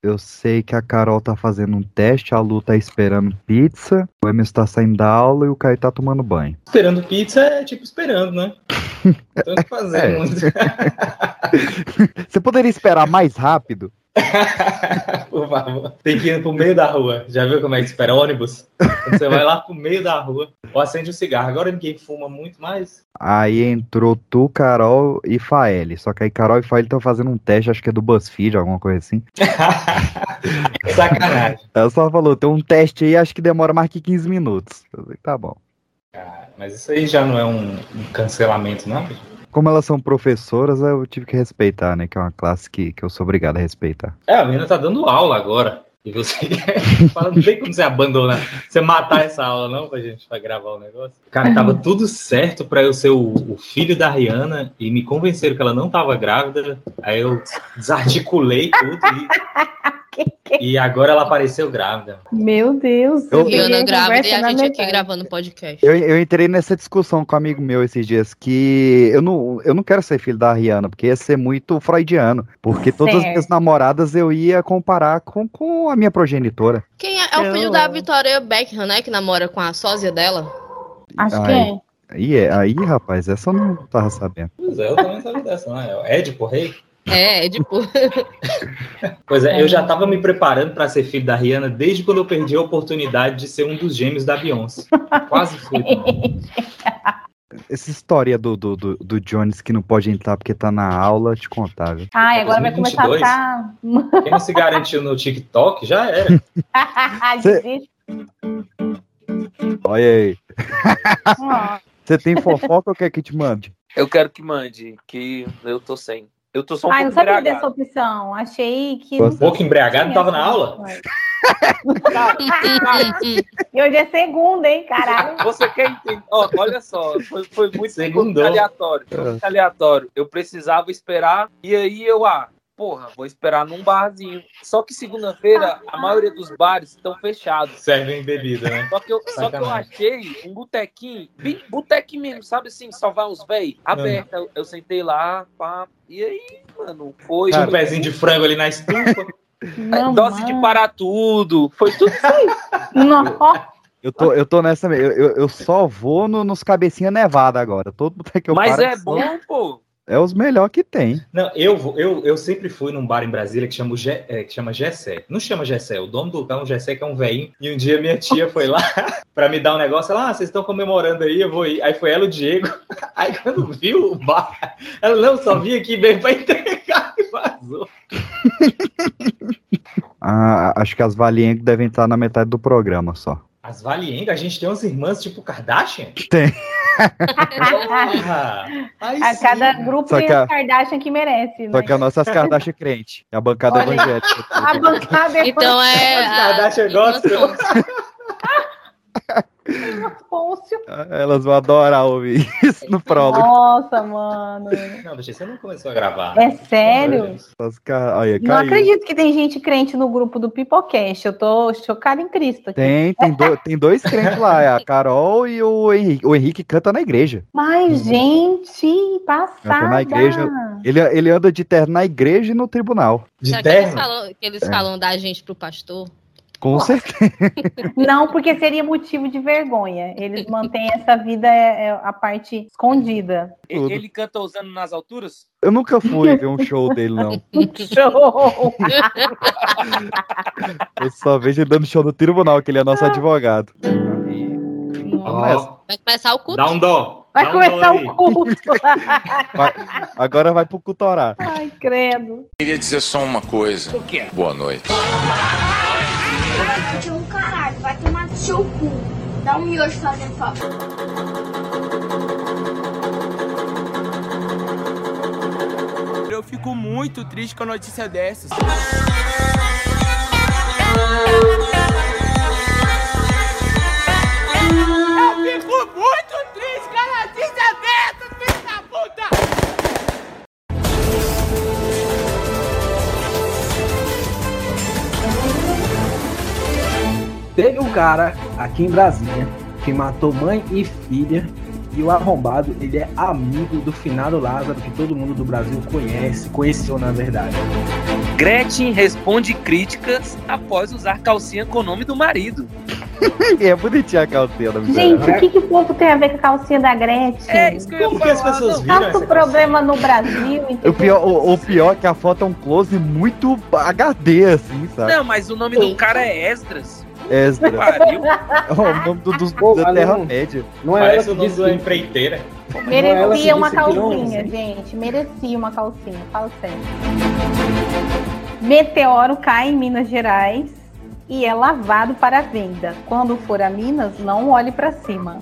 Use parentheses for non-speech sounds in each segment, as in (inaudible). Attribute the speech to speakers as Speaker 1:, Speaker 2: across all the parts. Speaker 1: Eu sei que a Carol tá fazendo um teste, a Lu tá esperando pizza, o Emerson tá saindo da aula e o Caio tá tomando banho.
Speaker 2: Esperando pizza é tipo esperando, né? Então que fazer
Speaker 1: É.
Speaker 2: muito.
Speaker 1: Você poderia esperar mais rápido?
Speaker 2: (laughs) Por favor. Tem que ir pro meio da rua. Já viu como é que espera ônibus? Quando você vai lá pro meio da rua ou acende um cigarro. Agora ninguém fuma muito mais.
Speaker 1: Aí entrou tu, Carol e Faeli. Só que aí Carol e Faeli estão fazendo um teste, acho que é do BuzzFeed, alguma coisa assim.
Speaker 2: Sacanagem.
Speaker 1: Ela só falou, tem um teste aí, acho que demora mais que 15 minutos. Eu falei, tá bom.
Speaker 2: Cara, mas isso aí já não é um, um cancelamento, não?
Speaker 1: Como elas são professoras, eu tive que respeitar, né? Que é uma classe que, que eu sou obrigado a respeitar.
Speaker 2: É, a menina tá dando aula agora. E você (laughs) fala, não tem como você abandonar, você matar essa aula, não, pra gente pra gravar o negócio. Cara, tava tudo certo pra eu ser o, o filho da Rihanna e me convenceram que ela não tava grávida. Aí eu desarticulei tudo e, e agora ela apareceu grávida.
Speaker 3: Meu Deus.
Speaker 1: Eu-
Speaker 3: e
Speaker 4: Rihanna
Speaker 3: aí
Speaker 4: grávida e
Speaker 3: conversa na
Speaker 4: a gente aqui
Speaker 3: metade.
Speaker 4: gravando podcast.
Speaker 1: Eu, eu entrei nessa discussão com um amigo meu esses dias que eu não, eu não quero ser filho da Rihanna, porque ia ser muito freudiano. Porque todas as
Speaker 3: Certo.
Speaker 1: minhas namoradas eu ia comparar com, com a minha progenitora.
Speaker 4: Quem é? É o filho
Speaker 3: Eu-
Speaker 4: da Victoria Beckham, né? Que namora com a sósia dela.
Speaker 3: Acho que
Speaker 1: Ai.
Speaker 3: é.
Speaker 1: Aí, é- aí, rapaz, essa eu não tava sabendo.
Speaker 2: Pois é, eu também sabia dessa, né? É o Édipo Rei?
Speaker 4: É,
Speaker 3: (laughs)
Speaker 4: é tipo. (laughs)
Speaker 2: Pois é, eu já tava me preparando pra ser filho da Rihanna desde quando eu perdi a oportunidade de ser um dos gêmeos da Beyoncé. Quase fui. também.
Speaker 1: Essa história do, do, do, do Jones que não pode entrar porque tá na aula, te contar, viu?
Speaker 3: Ai, agora vai
Speaker 2: 2022?
Speaker 3: começar a tá.
Speaker 2: Quem não se garantiu no TikTok já era.
Speaker 3: (laughs)
Speaker 1: Cê-
Speaker 3: Desiste.
Speaker 1: Olha aí.
Speaker 3: Ó,
Speaker 1: Você tem fofoca ou quer que te mande?
Speaker 5: Eu quero que mande, que eu tô sem. Eu tô só um
Speaker 3: Ai, não
Speaker 5: pouco
Speaker 3: sabia
Speaker 5: embriagado.
Speaker 3: dessa opção. Achei que.
Speaker 1: Você-
Speaker 2: Um Pouco embriagado,
Speaker 3: é
Speaker 2: tava na aula?
Speaker 4: (laughs)
Speaker 3: E hoje é segunda, hein, caralho.
Speaker 5: Você quer entender? Ó, olha só, foi, foi muito
Speaker 2: Segundou.
Speaker 5: aleatório. foi
Speaker 2: É.
Speaker 5: muito aleatório. Eu precisava esperar, e aí eu, ah, porra, vou esperar num barzinho. Só que segunda-feira, a maioria dos bares estão fechados.
Speaker 2: Servem bebida, né?
Speaker 5: Só que eu, só que eu
Speaker 2: Sacanagem.
Speaker 5: achei um botequinho, bem botequinho mesmo, sabe assim, salvar os véi,
Speaker 2: Ah.
Speaker 5: aberto. Eu, eu sentei lá, pá, e aí, mano, foi.
Speaker 2: Tinha um
Speaker 5: foi
Speaker 2: pezinho de frango ali na estufa.
Speaker 3: Não,
Speaker 5: Dose de para tudo, foi tudo
Speaker 3: Nossa,
Speaker 1: Eu tô, eu tô nessa. Eu, eu, eu só vou no- nos cabecinha nevada agora. Todo mundo que eu
Speaker 5: Mas
Speaker 1: paro,
Speaker 5: é
Speaker 1: são-
Speaker 5: bom, pô.
Speaker 1: É os melhores que tem.
Speaker 2: Não, eu, vou- eu, eu sempre fui num bar em Brasília que chama, o Gé- é, que chama Gessé. Não chama Gessé, o dono do lugar é um Gessé que é um veinho. E um dia minha tia foi lá (laughs) pra me dar um negócio. Ela, ah, vocês estão comemorando aí, eu vou ir. Aí foi ela e o Diego. (laughs) Aí quando viu o bar, ela, não, só vim aqui mesmo pra entregar e vazou.
Speaker 1: Ah, acho que as Valiengo devem estar na metade do programa só.
Speaker 2: As Valienga, a gente tem umas irmãs tipo
Speaker 3: (laughs)
Speaker 2: Kardashian?
Speaker 1: Tem.
Speaker 4: (laughs)
Speaker 2: Porra! Aí
Speaker 3: a
Speaker 2: sim.
Speaker 3: cada grupo
Speaker 1: Só
Speaker 3: tem
Speaker 1: que a-
Speaker 3: a Kardashian que merece.
Speaker 1: Só
Speaker 3: né?
Speaker 1: que a nossa é as Kardashian crente. É a bancada
Speaker 3: Olha.
Speaker 1: evangélica.
Speaker 3: (laughs) A bancada é
Speaker 4: Então é.
Speaker 2: As
Speaker 4: a- Então,
Speaker 2: Kardashian gostam.
Speaker 3: Pôncio.
Speaker 1: Elas vão adorar ouvir isso no prólogo.
Speaker 3: Nossa, mano.
Speaker 2: Não, bicho, você não começou a gravar. né?
Speaker 3: É sério?
Speaker 1: As car... Olha,
Speaker 3: Não
Speaker 1: caiu.
Speaker 3: acredito que tem gente crente no grupo do Pipocast. Eu tô chocada em Cristo. aqui.
Speaker 1: Tem, tem, do- tem dois crentes lá, é a Carol e o Henrique. O Henrique canta na igreja.
Speaker 3: Mas,
Speaker 1: Uhum.
Speaker 3: gente,
Speaker 1: Eu tô
Speaker 3: passada.
Speaker 1: na igreja. Ele, ele anda de terno na igreja e no tribunal.
Speaker 2: De
Speaker 4: Será que eles,
Speaker 2: terno? É.
Speaker 4: falam, que eles falam da gente pro pastor?
Speaker 1: Com certeza.
Speaker 3: Não, porque seria motivo de vergonha. Eles mantêm essa vida, é, é, a parte escondida.
Speaker 1: (laughs) Tudo.
Speaker 5: E- Ele canta usando nas alturas?
Speaker 1: Eu nunca fui ver um show dele, não.
Speaker 3: Show!
Speaker 1: Eu só vejo ele dando show no tribunal, que ele é nosso
Speaker 3: Ah.
Speaker 1: advogado.
Speaker 2: Ó,
Speaker 4: Vai começar o culto.
Speaker 2: dá um dó.
Speaker 3: Vai
Speaker 2: dá um dó
Speaker 3: começar
Speaker 2: aí.
Speaker 3: o culto. (laughs)
Speaker 1: Agora vai pro Cutorá.
Speaker 3: Ai, credo.
Speaker 6: Queria dizer só uma coisa.
Speaker 5: O que é?
Speaker 6: Boa noite.
Speaker 7: Vai um caralho, vai tomar no seu cu. Dá um miojo fazendo favor.
Speaker 8: Eu fico muito triste com a notícia dessas. Eu fico muito triste com a notícia dessas, filho da puta!
Speaker 9: Teve um cara aqui em Brasília que matou mãe e filha
Speaker 6: E o arrombado, ele é amigo do finado Lázaro, que todo mundo do Brasil conhece, conheceu na verdade.
Speaker 5: Gretchen responde críticas após usar calcinha com o nome do marido.
Speaker 1: É bonitinha a calcinha da
Speaker 3: Gente,
Speaker 1: miséria.
Speaker 3: o que, que o povo tem a ver com a calcinha da Gretchen?
Speaker 5: É isso que eu ia
Speaker 2: Como que as
Speaker 5: falar,
Speaker 2: pessoas
Speaker 5: não.
Speaker 2: viram essa
Speaker 3: Tanto
Speaker 2: calcinha?
Speaker 3: problema no Brasil, entendeu?
Speaker 1: O pior, o, o pior é que a foto é um close muito HD, assim, sabe?
Speaker 5: Não, mas o nome do cara é Esdras.
Speaker 1: Extra.
Speaker 5: Pariu.
Speaker 1: É o nome do, dos-
Speaker 6: Pô,
Speaker 1: da
Speaker 6: mas não-
Speaker 1: Terra-média.
Speaker 6: Não é
Speaker 2: Parece o
Speaker 6: ela que
Speaker 2: nome
Speaker 6: disse
Speaker 2: da
Speaker 6: que...
Speaker 2: empreiteira.
Speaker 6: Ela se
Speaker 3: Merecia uma
Speaker 6: disse que não,
Speaker 3: calcinha, gente. Merecia uma calcinha. Fala sério. Meteoro cai em Minas Gerais e é lavado para venda. Quando for a Minas, não olhe para cima.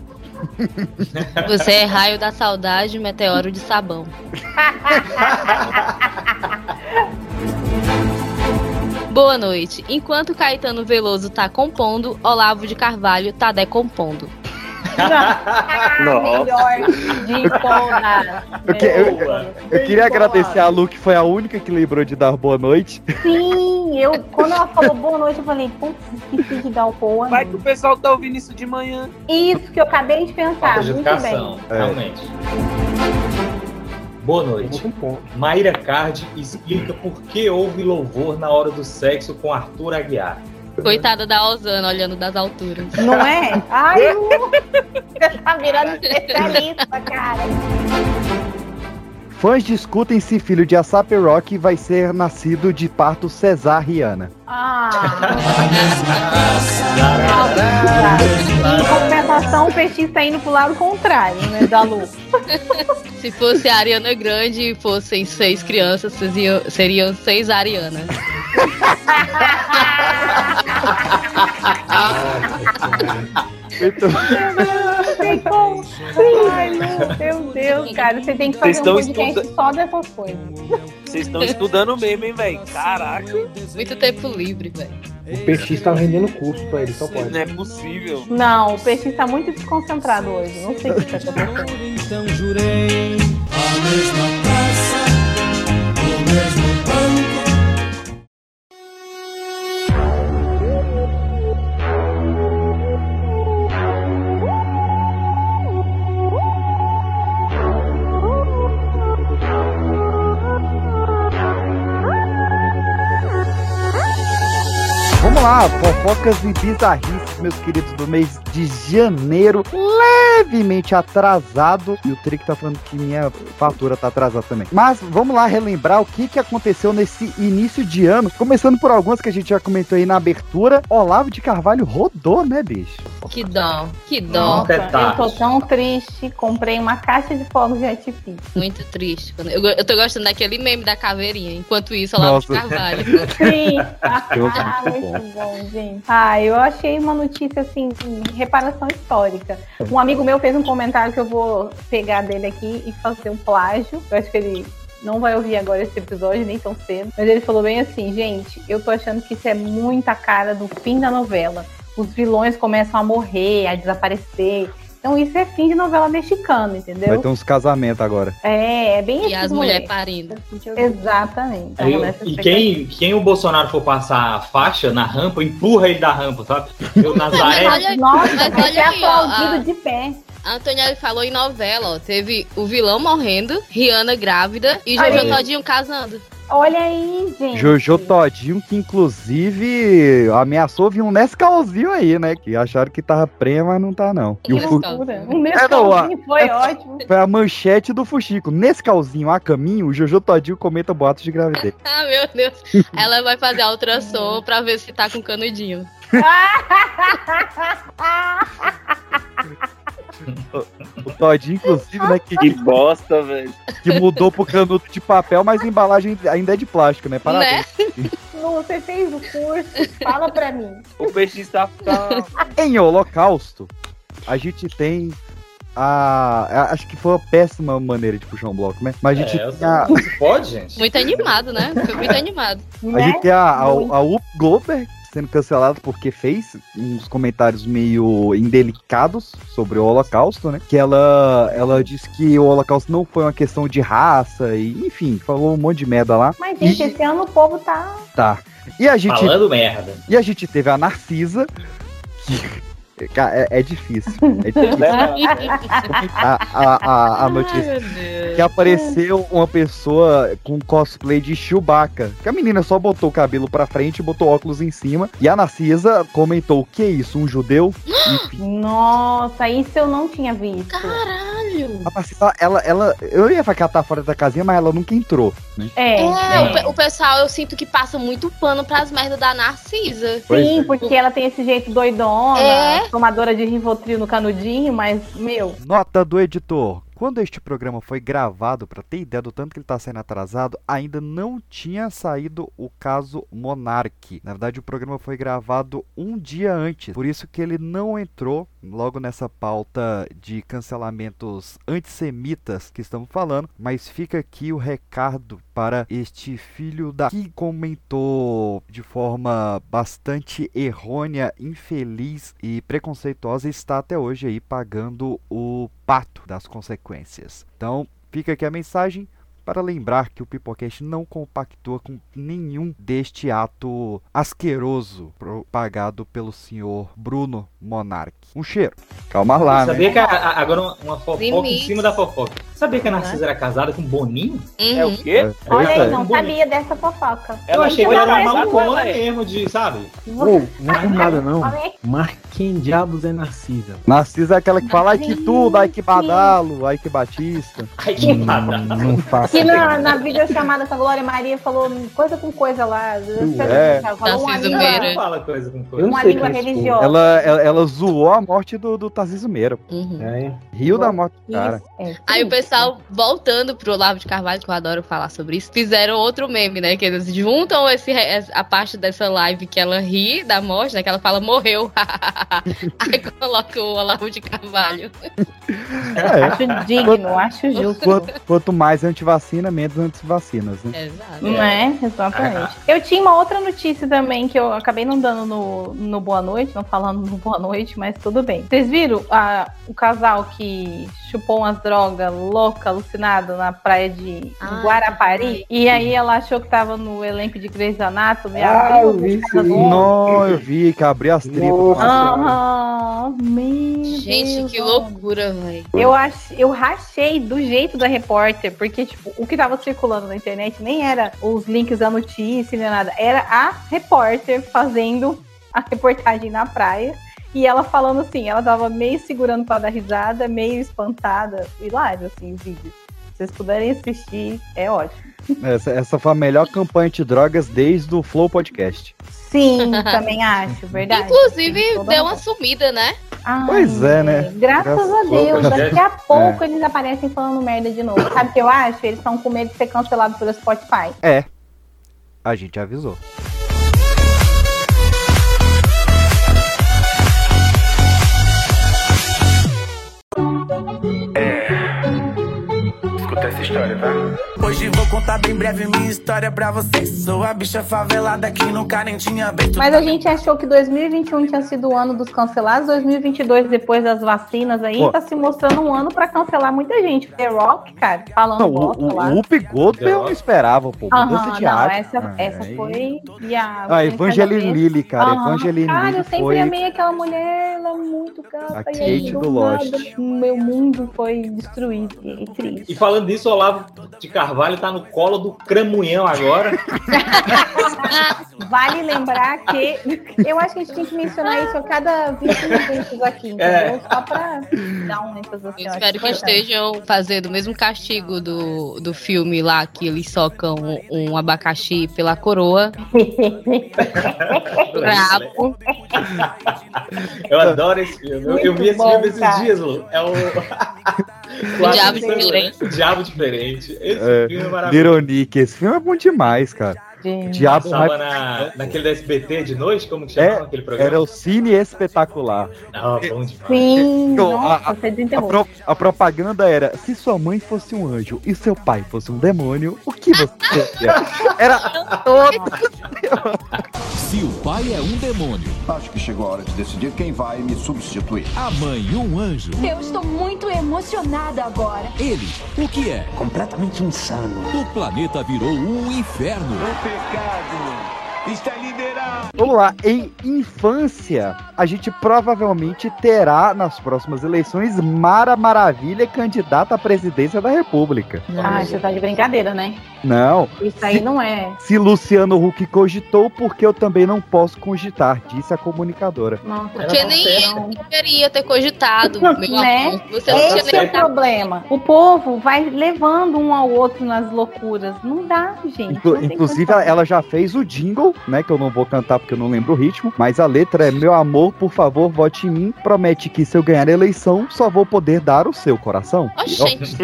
Speaker 4: Você é raio da saudade, meteoro
Speaker 2: (laughs)
Speaker 4: de sabão. Boa noite. Enquanto Caetano Veloso tá compondo, Olavo de Carvalho tá decompondo.
Speaker 3: Ah, Melhor de todas.
Speaker 1: Eu que- eu-
Speaker 3: Melhor.
Speaker 1: Eu queria agradecer a Lu, que foi a única que lembrou de dar boa noite.
Speaker 3: Sim, eu quando ela falou boa noite, eu falei, putz, esqueci de dar o boa
Speaker 5: Vai que
Speaker 3: noite.
Speaker 5: o pessoal tá ouvindo isso de manhã.
Speaker 3: Isso que eu acabei de pensar,
Speaker 2: Falta de
Speaker 3: Tá, muito
Speaker 2: educação,
Speaker 3: bem.
Speaker 1: É.
Speaker 2: realmente. Boa
Speaker 6: Tomou
Speaker 2: noite.
Speaker 6: com ponto.
Speaker 2: Mayra Card explica por que houve louvor na hora do sexo com Arthur Aguiar.
Speaker 4: Coitada da Osana olhando das alturas.
Speaker 3: Não é? Ai, Lu, você tá virando especialista, cara.
Speaker 1: Fãs discutem se filho de Asap Rock vai ser nascido de parto cesariana.
Speaker 3: Ah. Em compensação, o peixinho tá indo pro lado contrário, né, da Lu.
Speaker 4: Se fosse a Ariana Grande e fossem seis crianças, vocês iam- seriam seis Arianas.
Speaker 1: Muito
Speaker 3: Tem como. Ai, Lu, meu Deus, cara. Você tem que fazer
Speaker 5: Vocês
Speaker 3: um
Speaker 5: estão
Speaker 3: podcast só dessas coisas.
Speaker 5: Vocês estão estudando mesmo, hein, velho? Caraca,
Speaker 4: Muito tempo livre, velho.
Speaker 6: O PX tá vendendo curso pra ele, só pode.
Speaker 5: não é possível.
Speaker 3: Não, o peixinho tá muito desconcentrado hoje. Não sei o que tá acontecendo.
Speaker 9: Então jurei a mesma praça, o mesmo banco.
Speaker 1: Vamos lá, fofocas e bizarrices, meus queridos, do mês de janeiro, levemente atrasado. E o Trick tá falando que minha fatura tá atrasada também. Mas vamos lá relembrar o que, que aconteceu nesse início de ano. Começando por algumas que a gente já comentou aí na abertura. Olavo de Carvalho rodou, né, bicho?
Speaker 4: Que dó, que dó.
Speaker 3: Nossa, eu
Speaker 2: detalhe.
Speaker 3: tô tão triste. Comprei uma caixa de fogos de artifício.
Speaker 4: Muito triste. Quando- Eu, go- eu tô gostando daquele meme da caveirinha. Enquanto isso, Olavo de
Speaker 1: Nossa.
Speaker 4: Carvalho.
Speaker 3: Sim.
Speaker 1: Eu
Speaker 3: Ah, muito bom, gente. Ah, eu achei uma notícia assim, de reparação histórica. Um amigo meu fez um comentário que eu vou pegar dele aqui e fazer um plágio. Eu acho que ele não vai ouvir agora esse episódio, nem tão cedo. Mas ele falou bem assim, gente, eu tô achando que isso é muita cara do fim da novela. Os vilões começam a morrer, a desaparecer. Então isso é fim de novela mexicana,
Speaker 1: Vai
Speaker 3: entendeu?
Speaker 1: ter uns casamentos agora.
Speaker 3: É, é bem
Speaker 4: E as
Speaker 3: (laughs) esses moleques.
Speaker 4: mulheres parindo.
Speaker 3: Exatamente. Então,
Speaker 2: Aí,
Speaker 3: Nessa
Speaker 2: e quem, quem o Bolsonaro for passar a faixa na rampa, empurra ele da rampa, sabe? Eu,
Speaker 3: (laughs)
Speaker 2: Nazaré,
Speaker 4: Olha-
Speaker 3: É, Nossa,
Speaker 4: mas
Speaker 3: vai
Speaker 4: olha
Speaker 3: ser
Speaker 4: aí, ó,
Speaker 3: aplaudido
Speaker 4: a-
Speaker 3: de pé.
Speaker 4: A Antonielli falou em novela, ó. Teve o vilão morrendo, Rihanna grávida e
Speaker 3: Aí.
Speaker 4: Jojo Todinho casando.
Speaker 3: Olha aí, gente.
Speaker 1: Jojo tá- Todinho, que inclusive ameaçou vir um Nescauzinho aí, né? Que acharam que tava prêmio, mas não tá, não.
Speaker 4: Que
Speaker 1: E o fu-
Speaker 3: Loucura. Um mês
Speaker 1: É, não,
Speaker 3: sozinho foi
Speaker 1: é-
Speaker 3: ótimo.
Speaker 1: Foi a manchete do Fuxico. Nesse calzinho a caminho, o Jojo Todinho comenta boatos de gravidez.
Speaker 4: Ah, meu Deus. Ela vai fazer a ultrassom pra ver se tá com canudinho.
Speaker 1: O Todinho, inclusive, né, que,
Speaker 5: Que bosta, velho.
Speaker 1: que mudou pro canudo de papel, mas a embalagem ainda é de plástico, né? Parabéns.
Speaker 3: Lu, você fez o curso, fala pra mim.
Speaker 5: O peixe
Speaker 2: (laughs)
Speaker 5: tá está ficando.
Speaker 1: Em Holocausto, a gente tem a, a- Acho que foi uma péssima maneira de puxar um bloco, né? Mas a gente
Speaker 2: É, eu
Speaker 1: tem a.
Speaker 2: pode, gente?
Speaker 4: Muito animado, né? Foi muito animado.
Speaker 1: A
Speaker 3: Né?
Speaker 1: gente tem a, a,
Speaker 3: Muito.
Speaker 1: a Whoop Goldberg sendo cancelada porque fez uns comentários meio indelicados sobre o Holocausto, né? Que ela, ela disse que o Holocausto não foi uma questão de raça e, enfim, falou um monte de merda lá.
Speaker 3: Mas, gente, esse ano o povo tá.
Speaker 1: Tá. E a gente,
Speaker 2: Falando merda.
Speaker 1: e a gente teve a Narcisa, que, (laughs) Cara, é, é difícil. É
Speaker 3: (laughs)
Speaker 1: difícil.
Speaker 5: né?
Speaker 1: a, a, a, a notícia.
Speaker 4: Ai, meu Deus.
Speaker 1: Que apareceu uma pessoa com cosplay de Chewbacca. Que a menina só botou o cabelo pra frente, botou óculos em cima. E a Narcisa comentou: que isso? Um
Speaker 4: (gasps)
Speaker 1: judeu? Enfim.
Speaker 3: Nossa, isso eu não tinha visto.
Speaker 4: Caralho.
Speaker 1: A Narcisa, ela, ela. Eu ia falar que ela tá fora da casinha, mas ela nunca entrou.
Speaker 3: É.
Speaker 4: É, o, pe- o pessoal eu sinto que passa muito pano pras merdas da Narcisa.
Speaker 1: Pois
Speaker 3: Sim,
Speaker 1: é.
Speaker 3: porque ela tem esse jeito doidona,
Speaker 4: É.
Speaker 3: tomadora de Rivotril no canudinho, mas, meu,
Speaker 1: Então, Nota do editor. Quando este programa foi gravado, pra ter ideia do tanto que ele tá saindo atrasado, ainda não tinha saído o caso Monark. Na verdade, o programa foi gravado um dia antes, por isso que ele não entrou logo nessa pauta de cancelamentos antissemitas que estamos falando, mas fica aqui o recado para este filho da que comentou de forma bastante errônea, infeliz e preconceituosa e está até hoje aí pagando o pato das consequências. Então, fica aqui a mensagem para lembrar que o Pipocast não compactua com nenhum deste ato asqueroso propagado pelo senhor Bruno Monark. Um cheiro. Calma lá, né?
Speaker 2: Sabia que a- a- agora uma, uma fofoca em
Speaker 4: Limites.
Speaker 2: cima da fofoca. Sabia que a Narcisa
Speaker 3: Né?
Speaker 2: era casada com Boninho?
Speaker 5: É o
Speaker 4: Uhum.
Speaker 5: quê?
Speaker 3: olha aí, não
Speaker 2: Bonito.
Speaker 3: sabia dessa fofoca.
Speaker 2: Eu achei que
Speaker 3: Gente,
Speaker 2: ela era
Speaker 3: mas
Speaker 2: malucona mesmo, de, sabe?
Speaker 6: Ô, não é por nada não.
Speaker 3: Olha aí,
Speaker 6: Mas quem diabos é Narcisa?
Speaker 1: Narcisa é aquela que fala, ai que tudo, ai que badalo, ai que batista.
Speaker 2: Ai, que nada.
Speaker 6: Não faço.
Speaker 3: Que na, na videochamada com a Glória Maria falou coisa com coisa lá.
Speaker 1: é.
Speaker 3: Falou uma
Speaker 4: Narciso
Speaker 3: língua,
Speaker 4: Meira.
Speaker 2: Não fala coisa com coisa.
Speaker 6: Eu não
Speaker 3: uma
Speaker 6: sei
Speaker 3: língua
Speaker 6: quem é esse povo.
Speaker 3: religiosa.
Speaker 1: Ela, ela, ela zoou a morte do, do Tarcísio Meira. pô.
Speaker 4: Uhum.
Speaker 6: É.
Speaker 1: Riu da morte do cara.
Speaker 3: Isso, é.
Speaker 4: Aí o pessoal, voltando pro Olavo de Carvalho, que eu adoro falar sobre isso, fizeram outro meme, né? Que eles juntam esse, a parte dessa live que ela ri da morte, né? Que ela fala, morreu. (laughs) Aí coloca o Olavo de Carvalho.
Speaker 1: É.
Speaker 3: Acho digno, acho justo.
Speaker 1: Quanto, quanto mais antivacina, menos antivacinas, né?
Speaker 4: Exato.
Speaker 3: Né? Exatamente. Eu tinha uma outra notícia também que eu acabei não dando no, no Boa Noite, não falando no Boa Noite, mas tudo bem. Vocês viram a, o casal que chupou umas drogas louca, alucinado na praia de
Speaker 4: Ah,
Speaker 3: Guarapari? E aí ela achou que tava no elenco de Grey's Anatomy.
Speaker 6: Ah,
Speaker 3: abriu
Speaker 6: eu vi
Speaker 3: a casa
Speaker 6: isso
Speaker 3: do
Speaker 6: aí.
Speaker 3: homem.
Speaker 1: Não, eu vi que abriu as tripas.
Speaker 6: Nossa.
Speaker 3: Aham, Ah, meu
Speaker 4: Gente,
Speaker 3: Deus,
Speaker 4: que
Speaker 3: olha.
Speaker 4: loucura, velho.
Speaker 3: Eu, ach... eu rachei do jeito da repórter, porque, tipo, o que tava circulando na internet nem era os links da notícia, nem nada. Era a repórter fazendo a reportagem na praia. E ela falando assim, ela tava meio segurando pra dar risada, meio espantada. Hilário, assim, o vídeo. Se vocês puderem assistir, é
Speaker 4: (laughs)
Speaker 3: ótimo.
Speaker 1: Essa, essa foi a melhor campanha de drogas desde o Flow Podcast.
Speaker 3: Sim, também acho, verdade.
Speaker 4: Inclusive,
Speaker 3: Toda razão.
Speaker 4: deu uma sumida, né?
Speaker 3: Ai,
Speaker 1: Pois é, né?
Speaker 3: Graças a
Speaker 1: Graças-
Speaker 3: Deus, daqui a pouco
Speaker 1: É.
Speaker 3: eles aparecem falando merda de novo. Sabe o que eu acho? Eles estão com medo de ser cancelados pelo Spotify.
Speaker 1: A gente avisou.
Speaker 9: Hoje vou contar bem breve minha história pra vocês. Sou a bicha favelada que nunca nem tinha visto.
Speaker 3: Mas a gente achou que 2021 tinha sido o ano dos cancelados, 2022 depois das vacinas aí,
Speaker 1: Pô.
Speaker 3: tá se mostrando um ano pra cancelar muita gente. The Rock, cara, falando
Speaker 1: Não, o,
Speaker 3: bosta lá.
Speaker 1: o, o Pigoto eu não esperava, pô. Mudança
Speaker 3: Aham,
Speaker 1: de
Speaker 3: não,
Speaker 1: área. Ah,
Speaker 3: essa, essa
Speaker 1: Aí-
Speaker 3: foi. E a,
Speaker 1: Ah, Evangeline Lilly, cara.
Speaker 3: Aham.
Speaker 1: Evangeline
Speaker 3: Cara, eu
Speaker 1: Lilly
Speaker 3: sempre
Speaker 1: foi...
Speaker 3: amei aquela mulher, ela é muito gata.
Speaker 1: A
Speaker 3: e aí,
Speaker 1: Kate do
Speaker 3: nada,
Speaker 1: Lost.
Speaker 3: Meu mundo foi destruído. E triste.
Speaker 2: E falando nisso, o Olavo de Carvalho tá no colo do Cramunhão agora.
Speaker 3: Vale lembrar que. (laughs) Eu acho que a gente tem que mencionar isso a cada 20 minutos
Speaker 1: É.
Speaker 3: aqui, entendeu? Só pra dar um ênfase assim.
Speaker 4: Eu
Speaker 3: ó,
Speaker 4: espero que
Speaker 3: importante.
Speaker 4: estejam fazendo o mesmo castigo do, do filme lá, que eles socam um, um abacaxi pela coroa. Brabo.
Speaker 2: (laughs) Eu adoro esse filme. Eu, eu vi esse
Speaker 3: Muito
Speaker 2: filme
Speaker 3: bom,
Speaker 2: esses
Speaker 3: cara. Um
Speaker 2: dias, Lu.
Speaker 3: (laughs)
Speaker 2: É o.
Speaker 4: O
Speaker 2: Claro,
Speaker 4: Diabo Diferente.
Speaker 2: né? Diabo Diferente. Esse
Speaker 1: É,
Speaker 2: filme é maravilhoso.
Speaker 1: Lironique, esse filme é bom demais, cara.
Speaker 3: Gente,
Speaker 1: Diabo
Speaker 2: Passava na, naquele da SBT de noite, como que chamava
Speaker 1: É,
Speaker 2: aquele
Speaker 1: era
Speaker 2: programa?
Speaker 1: o Cine Espetacular.
Speaker 2: Ah, bom demais.
Speaker 3: Sim,
Speaker 1: Eu-
Speaker 3: nossa,
Speaker 1: a-
Speaker 3: você é
Speaker 1: A,
Speaker 3: desenterrou.
Speaker 1: pro- a propaganda era: se sua mãe fosse um anjo e seu pai fosse um demônio, o que você seria? Era todo.
Speaker 9: Se o pai é um demônio,
Speaker 10: Acho que chegou a hora de decidir quem vai me substituir.
Speaker 9: a mãe um anjo,
Speaker 7: Eu estou muito emocionada agora.
Speaker 9: ele, o que é?
Speaker 6: Completamente insano.
Speaker 9: O planeta virou um inferno.
Speaker 10: O pecado está liberado.
Speaker 1: Vamos lá, em infância, a gente provavelmente terá nas próximas eleições Mara Maravilha candidata à presidência da República.
Speaker 3: Ah, você tá de brincadeira, né?
Speaker 1: Não.
Speaker 3: Isso aí não é.
Speaker 1: Se Luciano Huck cogitou, porque eu também não posso cogitar, disse a comunicadora.
Speaker 3: Nossa,
Speaker 4: Porque nem ele deveria ter cogitado, meu
Speaker 3: Né?
Speaker 4: amor. Você não tinha
Speaker 3: Esse é
Speaker 4: nem
Speaker 3: o problema. O povo vai levando um ao outro nas loucuras. Não dá, gente.
Speaker 1: Inclu-
Speaker 3: Não tem
Speaker 1: inclusive,
Speaker 3: condição.
Speaker 1: ela- ela já fez o jingle, né? Que eu não vou cantar porque eu não lembro o ritmo. Mas a letra é: Meu amor, por favor, vote em mim. Promete que se eu ganhar a eleição, só vou poder dar o seu coração.
Speaker 4: Ó, gente.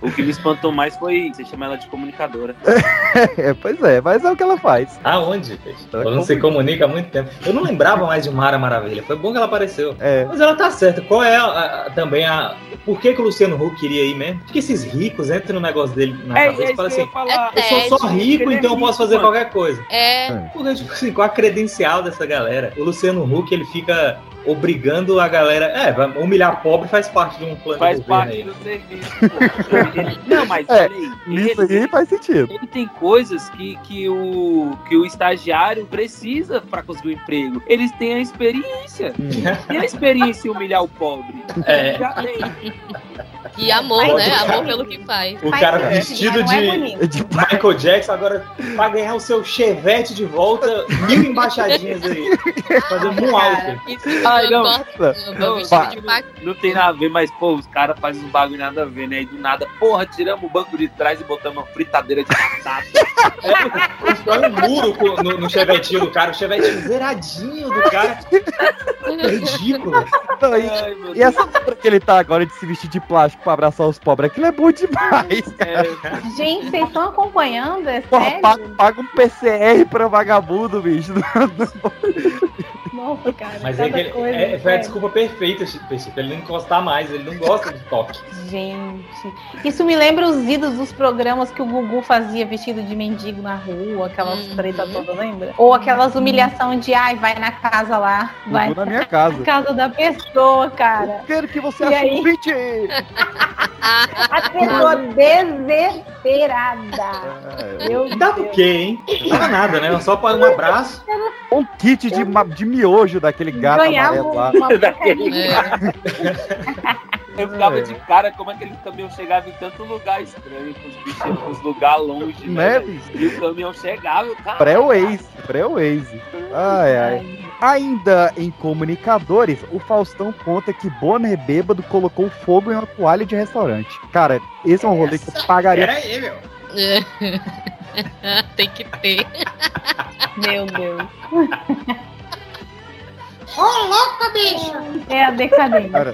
Speaker 11: O que me espantou mais foi você chamar ela de comunicadora.
Speaker 1: (laughs) É, pois é, mas é o que ela faz.
Speaker 2: Aonde? peixe? Ela não se comunica há muito tempo. Eu não lembrava mais de Mara Maravilha. Foi bom que ela apareceu.
Speaker 1: É.
Speaker 2: Mas ela tá certa. Qual é a- a- também a. Por que, que o Luciano Huck queria ir mesmo? Porque esses ricos entram no negócio dele na
Speaker 5: É, é
Speaker 2: cabeça
Speaker 5: isso
Speaker 2: e falam
Speaker 5: que eu
Speaker 2: assim:
Speaker 5: ia falar.
Speaker 4: É
Speaker 2: eu sou só
Speaker 5: tédio,
Speaker 2: rico,
Speaker 5: ele é
Speaker 2: então eu
Speaker 5: rico,
Speaker 2: posso fazer
Speaker 5: mano.
Speaker 2: qualquer coisa.
Speaker 4: É,
Speaker 2: Porque, tipo assim, com a credencial dessa galera, o Luciano Huck ele fica obrigando a galera. É, vai humilhar pobre faz parte de um plano
Speaker 11: Faz
Speaker 2: de governo
Speaker 11: parte
Speaker 2: aí.
Speaker 11: do
Speaker 2: (laughs)
Speaker 11: serviço. pô. Ele- Não, mas
Speaker 1: É,
Speaker 11: peraí.
Speaker 1: Isso
Speaker 11: Ele,
Speaker 1: aí faz sentido.
Speaker 11: ele tem coisas que, que, o, que o estagiário precisa pra conseguir um emprego. Eles têm a experiência. E a experiência em humilhar o pobre?
Speaker 2: Hum. É.
Speaker 11: Já tem.
Speaker 4: E amor,
Speaker 2: Pode,
Speaker 4: né?
Speaker 2: cara.
Speaker 4: Amor pelo que faz.
Speaker 2: O
Speaker 3: Mas
Speaker 2: cara
Speaker 3: é,
Speaker 2: vestido
Speaker 3: mas não é
Speaker 2: de,
Speaker 3: bonito.
Speaker 1: De-
Speaker 2: Michael Jackson, agora pra ganhar o seu chevette de volta, mil embaixadinhas aí. Fazendo um alto.
Speaker 4: E se
Speaker 11: Ai, não. Não,
Speaker 4: Vestido de macaco.
Speaker 11: Não tem nada a ver, mas, pô, os caras fazem um bagulho nada a ver, né? E do nada, porra, tiramos o banco de trás e botamos uma fritadeira de
Speaker 1: (laughs)
Speaker 11: batata.
Speaker 2: Olha o um muro com- no, no chevetinho do cara, o chevetinho zeradinho do cara. Ridículo.
Speaker 1: Então, e-
Speaker 3: É.
Speaker 11: Ai, meu
Speaker 1: E essa obra que ele tá agora de se vestir de plástico pra abraçar os pobres, aquilo é bom demais.
Speaker 11: É,
Speaker 3: Gente, vocês estão acompanhando? É
Speaker 1: Porra,
Speaker 3: sério?
Speaker 1: paga, paga um PCR pra vagabundo, bicho.
Speaker 3: Nossa, cara.
Speaker 2: Mas é
Speaker 3: cada
Speaker 2: que ele,
Speaker 3: coisa, né?
Speaker 2: é, foi a
Speaker 3: sério.
Speaker 2: desculpa perfeita, Chico Peixe, pra ele não encostar mais, ele não gosta de toque.
Speaker 3: Gente, isso me lembra os idos dos programas que o Gugu fazia vestido de mendigo na rua, aquelas
Speaker 4: Uhum.
Speaker 3: tretas todas, lembra? Ou aquelas humilhação de, ai, vai na casa lá, vai
Speaker 1: Vai na minha
Speaker 3: na (laughs)
Speaker 1: casa.
Speaker 3: casa da pessoa, cara.
Speaker 1: Quero que você
Speaker 3: E
Speaker 1: ache
Speaker 3: aí?
Speaker 1: um pitch.
Speaker 3: A pessoa
Speaker 1: É.
Speaker 3: desesperada. Meu
Speaker 2: Dava o quê, hein? Dava nada, né? Só pra um abraço.
Speaker 1: Um kit de, ma- de miojo daquele gato
Speaker 3: Ganhava
Speaker 1: amarelo lá.
Speaker 3: uma
Speaker 1: (laughs)
Speaker 3: porcaria.
Speaker 4: É.
Speaker 11: eu ficava de cara como
Speaker 5: é
Speaker 11: aquele caminhão chegava em tanto lugar estranho, com os bichos, com os lugares longe,
Speaker 1: Né,
Speaker 11: né?
Speaker 1: bicho?
Speaker 11: E o caminhão chegava, eu, cara.
Speaker 1: Pré-Waze, pré-Waze. Ai, ai. Ainda em comunicadores, o Faustão conta que Bonner bêbado colocou fogo em uma toalha de restaurante. Cara, esse é um rolê que eu pagaria.
Speaker 2: Pera aí, meu.
Speaker 4: É. (laughs) Tem que ter.
Speaker 3: Meu (laughs) Deus.
Speaker 7: Ô, louco, bicho!
Speaker 3: É a decadência.
Speaker 1: Cara.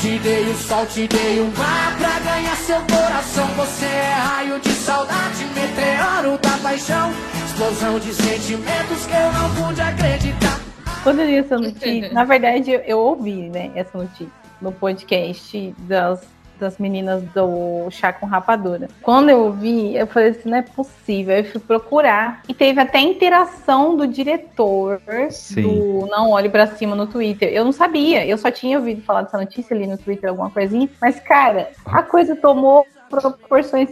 Speaker 9: Te dei o sol, te dei o mar pra ganhar seu coração. Você é raio de saudade, meteoro da paixão. Explosão de sentimentos que eu não pude acreditar.
Speaker 3: Quando eu li essa notícia, na verdade, eu, eu ouvi, né, essa notícia no podcast das, das meninas do Chá com Rapadura. Quando eu ouvi, eu falei assim, não é possível. Aí eu fui procurar. E teve até interação do diretor
Speaker 1: Sim.
Speaker 3: do Não Olhe Pra Cima no Twitter. Eu não sabia, eu só tinha ouvido falar dessa notícia ali no Twitter, alguma coisinha. Mas, cara, a coisa tomou proporções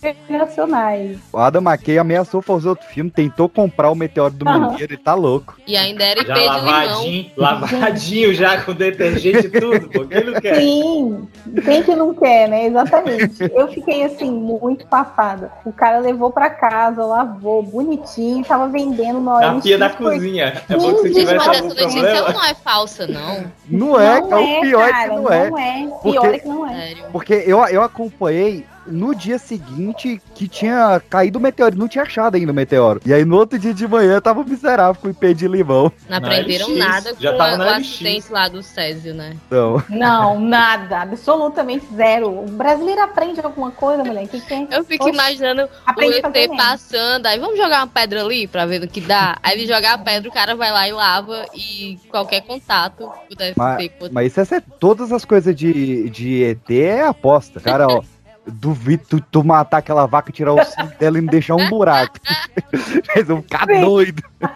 Speaker 3: internacionais.
Speaker 1: O Adam McKay ameaçou fazer outro filme, tentou comprar o meteoro do
Speaker 3: Aham.
Speaker 1: Mineiro, ele tá louco.
Speaker 4: E ainda era IP
Speaker 2: Já
Speaker 4: de limão.
Speaker 2: lavadinho, lavadinho já com detergente e tudo, pô. Quem não quer?
Speaker 3: Sim, quem que não quer, né? Exatamente. Eu fiquei assim, muito passada. O cara levou pra casa, lavou, bonitinho, tava vendendo na hora.
Speaker 2: Na pia da cozinha. É bom que você
Speaker 3: Gente,
Speaker 2: tivesse
Speaker 4: Mas
Speaker 3: Sabe
Speaker 4: essa
Speaker 2: algum
Speaker 4: notícia
Speaker 2: problema.
Speaker 4: não é falsa, não.
Speaker 1: Não é, cara, o pior é que não é.
Speaker 3: Não é.
Speaker 1: Porque-
Speaker 3: Pior é que não é.
Speaker 4: Sério.
Speaker 1: Porque eu, eu acompanhei no dia seguinte que tinha caído o meteoro, não tinha achado ainda o meteoro. E aí no outro dia de manhã tava miserável com o IP de limão.
Speaker 4: Não
Speaker 2: Na
Speaker 4: aprenderam
Speaker 2: LX,
Speaker 4: nada
Speaker 2: é já
Speaker 4: com
Speaker 2: tava
Speaker 4: a-
Speaker 2: na
Speaker 4: o
Speaker 2: LX.
Speaker 4: acidente lá do Césio, né?
Speaker 1: Então,
Speaker 3: Não, nada. Absolutamente zero. O brasileiro aprende alguma coisa, mulher. O que, que é?
Speaker 4: Eu fico
Speaker 3: Oxe,
Speaker 4: imaginando o
Speaker 3: Aprende a fazer
Speaker 4: ET
Speaker 3: mesmo.
Speaker 4: passando, aí vamos jogar uma pedra ali pra ver no que dá. Aí ele jogar a pedra, o cara vai lá e lava e qualquer contato pudesse
Speaker 1: Mas-
Speaker 4: ter. com-
Speaker 1: mas isso é sério, todas as coisas de, de ET é aposta. Cara, ó, duvido tu, tu matar aquela vaca, tirar o cinto dela e não deixar um buraco. (laughs) Eles vão ficar doido.
Speaker 3: Eu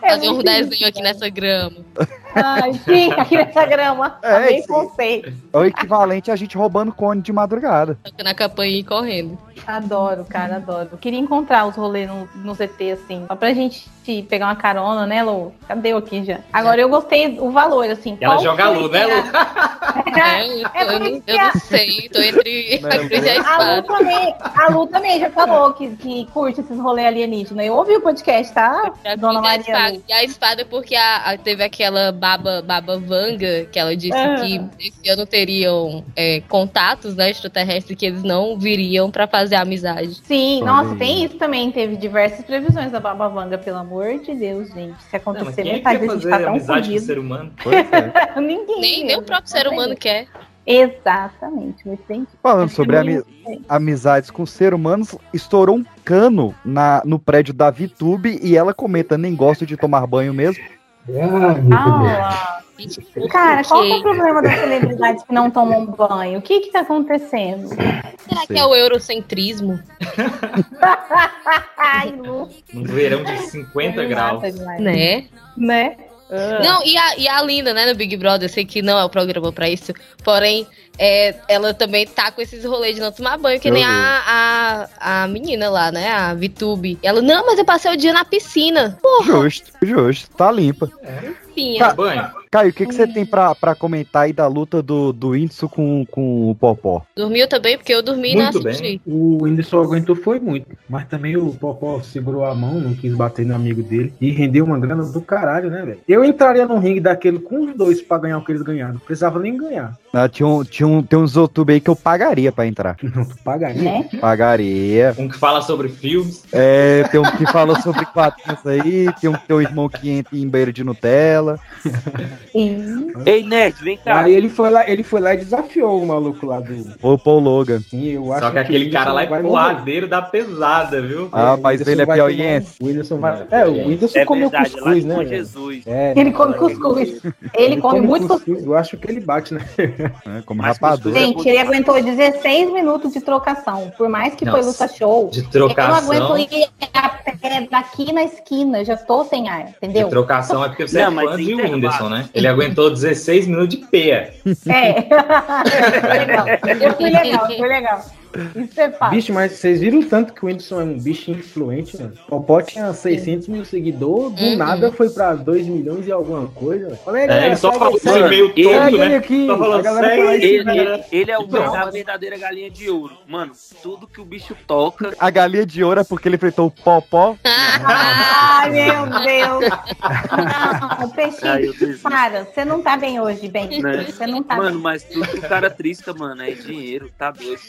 Speaker 4: Fazer
Speaker 3: não
Speaker 4: um
Speaker 3: sei.
Speaker 4: desenho aqui nessa grama.
Speaker 3: Ai, sim, aqui nessa grama.
Speaker 1: É,
Speaker 3: Amei
Speaker 1: sim.
Speaker 3: conceito.
Speaker 1: É o equivalente a gente roubando cone de madrugada.
Speaker 4: Na campanha e correndo.
Speaker 3: Adoro, cara, adoro. Queria encontrar os rolês no, no ZT, assim, só pra gente pegar uma carona, né, Lu? Cadê eu aqui já? Agora, eu gostei o valor, assim.
Speaker 2: E ela
Speaker 3: qual
Speaker 2: joga a
Speaker 3: foi
Speaker 2: Lu, né,
Speaker 3: que a-
Speaker 2: Lu?
Speaker 4: (laughs) É, eu, eu não, eu não sei, tô (laughs) entre a cruz e a
Speaker 3: A Lu,
Speaker 4: espada.
Speaker 3: também, a Lu também já falou que, que curte esses rolês alienígenas. Eu ouvi o podcast, tá?
Speaker 4: A cruz
Speaker 3: Dona
Speaker 4: e a
Speaker 3: Maria.
Speaker 4: espada. E a espada é porque a, a- teve aquela baba, baba vanga que ela disse
Speaker 3: Ah.
Speaker 4: que esse ano teriam é, contatos né, extraterrestres que eles não viriam pra fazer amizade.
Speaker 3: Sim, nossa, tem isso também. Teve diversas previsões da Baba Vanga, pelo amor de Deus, gente. Se
Speaker 2: Não, mas
Speaker 3: acontecer,
Speaker 2: quem é que
Speaker 3: metade
Speaker 2: quer
Speaker 3: da gente
Speaker 2: fazer
Speaker 3: tá tão
Speaker 2: amizade com o
Speaker 3: fodido.
Speaker 2: ser humano?
Speaker 3: é. (laughs) Ninguém.
Speaker 4: Nem, nem o próprio ser humano quer.
Speaker 3: Exatamente, muito bem.
Speaker 1: Falando sobre ami- amizades com ser humanos, estourou um cano na, no prédio da VTube e ela comenta, nem gosto de tomar banho mesmo.
Speaker 6: É,
Speaker 3: Ah, lá. Cara, qual que é o problema das celebridades que não tomam banho? O que que tá acontecendo?
Speaker 4: Será que é o eurocentrismo?
Speaker 3: Ai, Lu.
Speaker 2: Num verão de 50 graus.
Speaker 4: Né?
Speaker 3: Né?
Speaker 4: Não, e a, e a Linda, né, no Big Brother, eu sei que não é o programa pra isso, porém, é, ela também tá com esses rolês de não tomar banho, que
Speaker 12: Meu
Speaker 4: nem
Speaker 12: Deus.
Speaker 4: a, a, a menina lá, né, a Vitube. Ela, não, mas eu passei o dia na piscina. Porra,
Speaker 1: Justo, justo, tá limpa.
Speaker 4: Pinha.
Speaker 1: Tá- Caio, o que, que você tem pra, pra comentar aí da luta do, do Whindersson com, com o Popó?
Speaker 4: Dormiu também, porque eu dormi e não assisti.
Speaker 6: O Whindersson aguentou foi muito, mas também o Popó segurou a mão, não quis bater no amigo dele e rendeu uma grana do caralho, né, velho? Eu entraria num ringue daquele com os dois pra ganhar o que eles ganharam. Não precisava nem ganhar. (laughs)
Speaker 1: Ah, tinha um, tinha um, tem uns YouTube aí que eu pagaria pra entrar.
Speaker 6: Não, tu pagaria.
Speaker 3: Né?
Speaker 1: Pagaria.
Speaker 2: Um que fala sobre filmes.
Speaker 1: É, tem um que falou sobre quadrinhos aí, tem um teu irmão que entra em banheiro de Nutella.
Speaker 5: Ei, Nerd, vem cá.
Speaker 6: Aí ele foi lá, ele foi lá e desafiou o maluco lá do.
Speaker 1: Ô, Paul Logan.
Speaker 6: Sim, eu acho
Speaker 2: Só que aquele
Speaker 6: o Whindersson
Speaker 2: cara lá é
Speaker 6: vai morrer.
Speaker 2: porradeiro da pesada, viu?
Speaker 1: Ah, mas
Speaker 6: Whindersson
Speaker 1: ele é
Speaker 6: vai tomar-
Speaker 1: piauiense.
Speaker 6: O Whindersson vai. É, o Whindersson
Speaker 5: É
Speaker 6: comeu
Speaker 5: verdade, lá
Speaker 6: cuscuz,
Speaker 5: com
Speaker 6: né? velho?
Speaker 5: Jesus.
Speaker 6: É,
Speaker 3: Ele
Speaker 6: né,
Speaker 3: come
Speaker 6: cara?
Speaker 3: cuscuz. Ele come muito cuscuz.
Speaker 6: Eu acho que ele bate, né?
Speaker 1: É, como rapadura.
Speaker 3: Gente, ele aguentou 16 minutos de trocação. Por mais É que foi
Speaker 1: Nossa.
Speaker 3: luta show.
Speaker 2: De trocação.
Speaker 3: Eu não aguento ir a pé daqui na esquina. Eu já tô sem ar, entendeu?
Speaker 2: De trocação é porque você
Speaker 5: Não,
Speaker 2: é
Speaker 5: mas
Speaker 2: fã de
Speaker 5: intervalo.
Speaker 2: Whindersson, né? Ele aguentou 16 minutos de peia.
Speaker 3: É. (laughs) legal. Eu fui legal, eu fui legal. Isso é fácil.
Speaker 6: Bicho, mas vocês viram o tanto que o Whindersson é um bicho influente, né? O Popó tinha 600 mil seguidores, do
Speaker 5: Uhum.
Speaker 6: nada foi pra 2 milhões e alguma coisa. velho. Olha aí,
Speaker 5: É,
Speaker 6: galera,
Speaker 5: ele só
Speaker 6: segue
Speaker 5: falou
Speaker 6: esse
Speaker 5: esse
Speaker 6: mano.
Speaker 5: e-mail
Speaker 6: Segue
Speaker 5: todo,
Speaker 6: ele
Speaker 5: né?
Speaker 6: aqui.
Speaker 5: Só falou,
Speaker 6: A galera
Speaker 5: "Segue
Speaker 6: fala isso, né?
Speaker 5: ele,
Speaker 2: né?
Speaker 6: galera.
Speaker 5: ele é o
Speaker 6: Pronto.
Speaker 5: a verdadeira galinha de ouro. Mano, tudo que o bicho toca.
Speaker 1: A galinha de ouro é porque ele enfrentou o Popó.
Speaker 2: (laughs)
Speaker 3: Ai, Ah, meu Deus. Não, peixinho, para. Você não tá bem hoje, Ben.
Speaker 5: Né?
Speaker 3: Você não tá
Speaker 5: Mano,
Speaker 3: bem.
Speaker 5: mas tudo que o cara trisca, mano, é dinheiro, tá doido.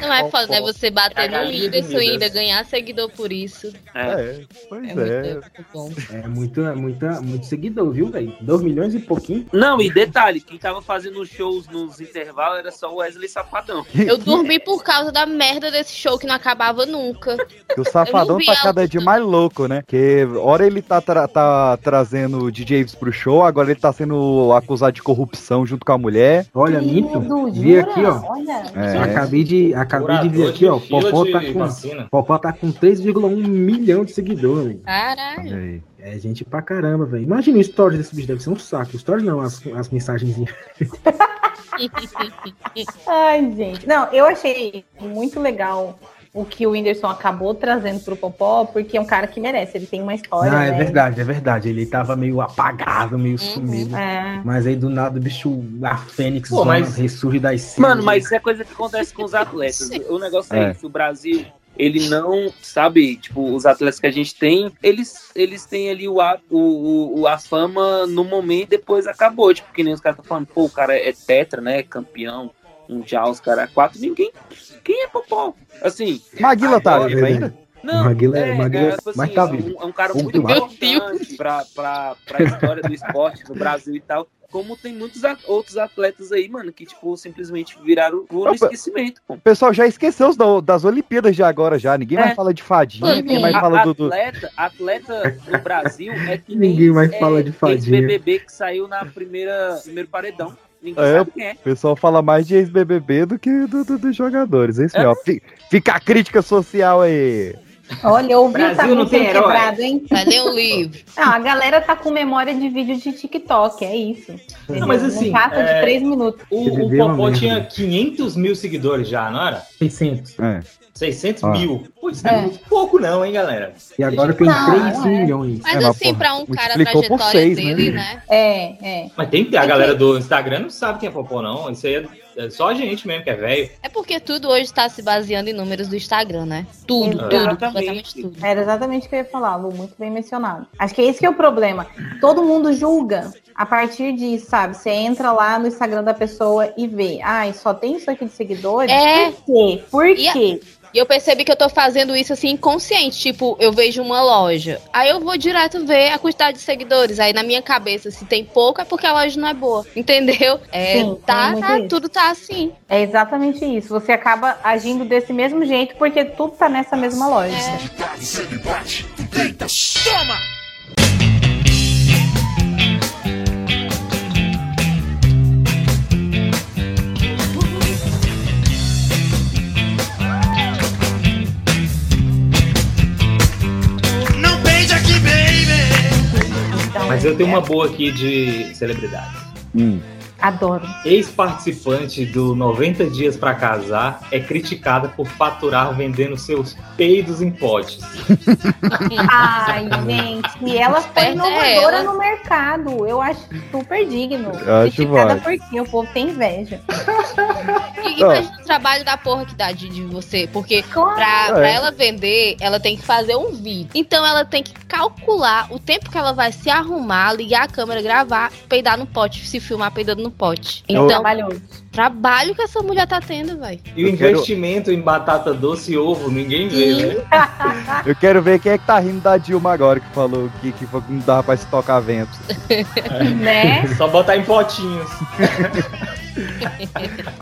Speaker 4: Não é foda, né, você bater no
Speaker 5: Caralho,
Speaker 4: Whindersson
Speaker 5: Midas.
Speaker 4: e ainda ganhar seguidor por isso.
Speaker 5: É.
Speaker 1: Pois
Speaker 4: né? É muito bom.
Speaker 6: É muito, é muito, muito seguidor, viu, velho? 2 milhões e pouquinho.
Speaker 5: Não, e detalhe, quem tava fazendo shows nos intervalos era só o Wesley Safadão.
Speaker 1: (laughs)
Speaker 4: Eu dormi por causa da merda desse show que não acabava nunca.
Speaker 1: Que o Safadão
Speaker 4: Eu não vi
Speaker 1: tá
Speaker 4: a
Speaker 1: cada dia mais louco, né? Que hora ele tá, tra- tá trazendo o DJ Ives pro show, agora ele tá sendo acusado de corrupção junto com a mulher.
Speaker 6: Olha, minto. Vi aqui, ó.
Speaker 3: Olha.
Speaker 1: É.
Speaker 6: Acabei de, acabei de ver
Speaker 2: Curador
Speaker 6: aqui, ó.
Speaker 2: de fila
Speaker 6: Popó
Speaker 2: de
Speaker 6: tá, com,
Speaker 2: vacina.
Speaker 6: Popó tá com 3,1 milhão de seguidores, velho.
Speaker 4: (laughs) Caralho.
Speaker 6: É gente pra caramba, velho. Imagina o stories desse bicho, deve ser um saco. O stories não, as, as mensagenzinhas.
Speaker 3: Ai, gente. Não, eu achei muito legal o que o Whindersson acabou trazendo pro Popó, porque é um cara que merece. Ele tem uma história.
Speaker 6: ah, é
Speaker 3: né?
Speaker 6: verdade, é verdade. Ele tava meio apagado,
Speaker 5: Uhum.
Speaker 6: meio sumido.
Speaker 3: É.
Speaker 6: Mas aí do nada o bicho, a Fênix
Speaker 5: Pô, mas-
Speaker 6: ressurge das cinzas.
Speaker 5: Mano, mas isso é coisa que acontece com os atletas. O negócio é,
Speaker 6: É.
Speaker 5: isso, o Brasil, ele não, sabe, tipo, os atletas que a gente tem, eles, eles têm ali o, a- o, o- a fama no momento e depois acabou. Tipo, que nem os caras estão falando, pô, o cara é tetra, né? é Campeão, mundial, os caras é quatro, ninguém. Quem é popó? Assim.
Speaker 1: Maguila tá
Speaker 5: agora-
Speaker 1: vivo ainda?
Speaker 5: Não,
Speaker 6: Maguila é-
Speaker 5: é,
Speaker 6: Maguila
Speaker 5: é, tipo assim,
Speaker 6: mas tá
Speaker 5: é um-
Speaker 6: vivo.
Speaker 5: É um cara
Speaker 6: Vamos
Speaker 5: muito
Speaker 6: filmar.
Speaker 5: importante pra, pra, pra história do esporte no Brasil e tal. Como tem muitos a- outros atletas aí, mano, que, tipo, simplesmente viraram puro esquecimento.
Speaker 1: O pessoal já esqueceu os da- das Olimpíadas de agora já. Ninguém mais
Speaker 5: É.
Speaker 1: fala de fadinha, ninguém mais
Speaker 5: A-
Speaker 1: fala do. do-
Speaker 5: atleta, atleta no Brasil é que nem
Speaker 6: (laughs)
Speaker 5: é,
Speaker 6: Ninguém mais fala de fadinha.
Speaker 5: BBB que saiu na primeira primeiro paredão. Ninguém
Speaker 1: É,
Speaker 5: sabe quem é.
Speaker 1: o pessoal fala mais de ex-BBB do que do- do- dos jogadores. É isso mesmo. Fi- Fica a crítica social aí.
Speaker 3: Olha, eu ouvi o
Speaker 2: Brasil não
Speaker 3: tabu
Speaker 2: tem
Speaker 3: ser
Speaker 2: herói.
Speaker 3: quebrado, hein?
Speaker 4: Vai ler o livro.
Speaker 3: Não, a galera tá com memória de vídeo de TikTok, é isso.
Speaker 2: Não, mas assim,
Speaker 3: Não passa
Speaker 2: é,
Speaker 3: de três minutos.
Speaker 2: O, o
Speaker 6: viver uma
Speaker 2: Popó
Speaker 6: merda.
Speaker 2: tinha 500 mil seguidores já, não era?
Speaker 6: 600.
Speaker 1: É.
Speaker 2: 600
Speaker 1: Ah.
Speaker 2: mil. Putz, não é
Speaker 3: É.
Speaker 2: muito pouco não, hein, galera?
Speaker 6: E agora tem
Speaker 5: Tá.
Speaker 3: Não,
Speaker 6: 3
Speaker 3: é.
Speaker 6: milhões.
Speaker 4: Mas
Speaker 1: mas,
Speaker 4: assim,
Speaker 1: porra,
Speaker 4: pra um cara a
Speaker 1: multiplicou por
Speaker 4: trajetória
Speaker 1: seis, né?
Speaker 4: dele, né?
Speaker 3: É, é.
Speaker 2: Mas tem a galera do Instagram não sabe quem é Popó, não. Isso aí é, é só a gente mesmo que é velho.
Speaker 4: É porque tudo hoje tá se baseando em números do Instagram, né? Tudo,
Speaker 3: Exatamente.
Speaker 4: tudo, completamente tudo.
Speaker 3: Era exatamente o que eu ia falar, Lu, muito bem mencionado. Acho que é isso que é o problema. Todo mundo julga a partir disso, sabe? Você entra lá no Instagram da pessoa e vê. Ai, só tem isso aqui de seguidores?
Speaker 4: É.
Speaker 3: Por quê? Por
Speaker 4: E a-
Speaker 3: quê?
Speaker 4: E eu percebi que eu tô fazendo isso assim inconsciente. Tipo, eu vejo uma loja. Aí eu vou direto ver a quantidade de seguidores. Aí na minha cabeça, se tem pouco, é porque a loja não é boa. (laughs) Entendeu? É,
Speaker 3: Sim,
Speaker 4: tá,
Speaker 3: tem muito
Speaker 4: tá,
Speaker 3: isso.
Speaker 4: tudo tá assim.
Speaker 3: É exatamente isso. Você acaba agindo desse mesmo jeito porque tudo tá nessa mesma loja.
Speaker 9: Não beija aqui, baby.
Speaker 3: Então,
Speaker 2: Mas eu tenho uma boa aqui de celebridade.
Speaker 1: Hum.
Speaker 3: é, adoro.
Speaker 2: Ex-participante do 90 Dias pra Casar é criticada por faturar vendendo seus peidos em potes.
Speaker 3: Ai, gente, e ela foi
Speaker 4: Esperta é
Speaker 3: inovadora
Speaker 4: ela.
Speaker 3: no mercado. Eu acho super digno.
Speaker 1: Eu acho
Speaker 3: Criticada
Speaker 1: válido.
Speaker 3: por quê? O povo tem inveja.
Speaker 4: E
Speaker 1: Não.
Speaker 4: imagina o trabalho da porra que dá de, de você. Porque
Speaker 3: Claro.
Speaker 4: pra,
Speaker 1: É.
Speaker 4: pra ela vender, ela tem que fazer um vídeo. Então ela tem que calcular o tempo que ela vai se arrumar, ligar a câmera, gravar, peidar no pote, se filmar peidando no pote.
Speaker 1: Eu-
Speaker 4: Então,
Speaker 3: É Trabalhoso.
Speaker 4: trabalho que essa mulher tá tendo, velho.
Speaker 3: (laughs)
Speaker 2: E o
Speaker 1: Eu quero-
Speaker 2: investimento em batata doce e ovo, ninguém vê,
Speaker 4: Sim.
Speaker 2: né?
Speaker 1: Eu quero ver quem é que tá rindo da Dilma agora que falou que, que foi- que não dava pra se tocar vento.
Speaker 3: né?
Speaker 2: Só botar em potinhos.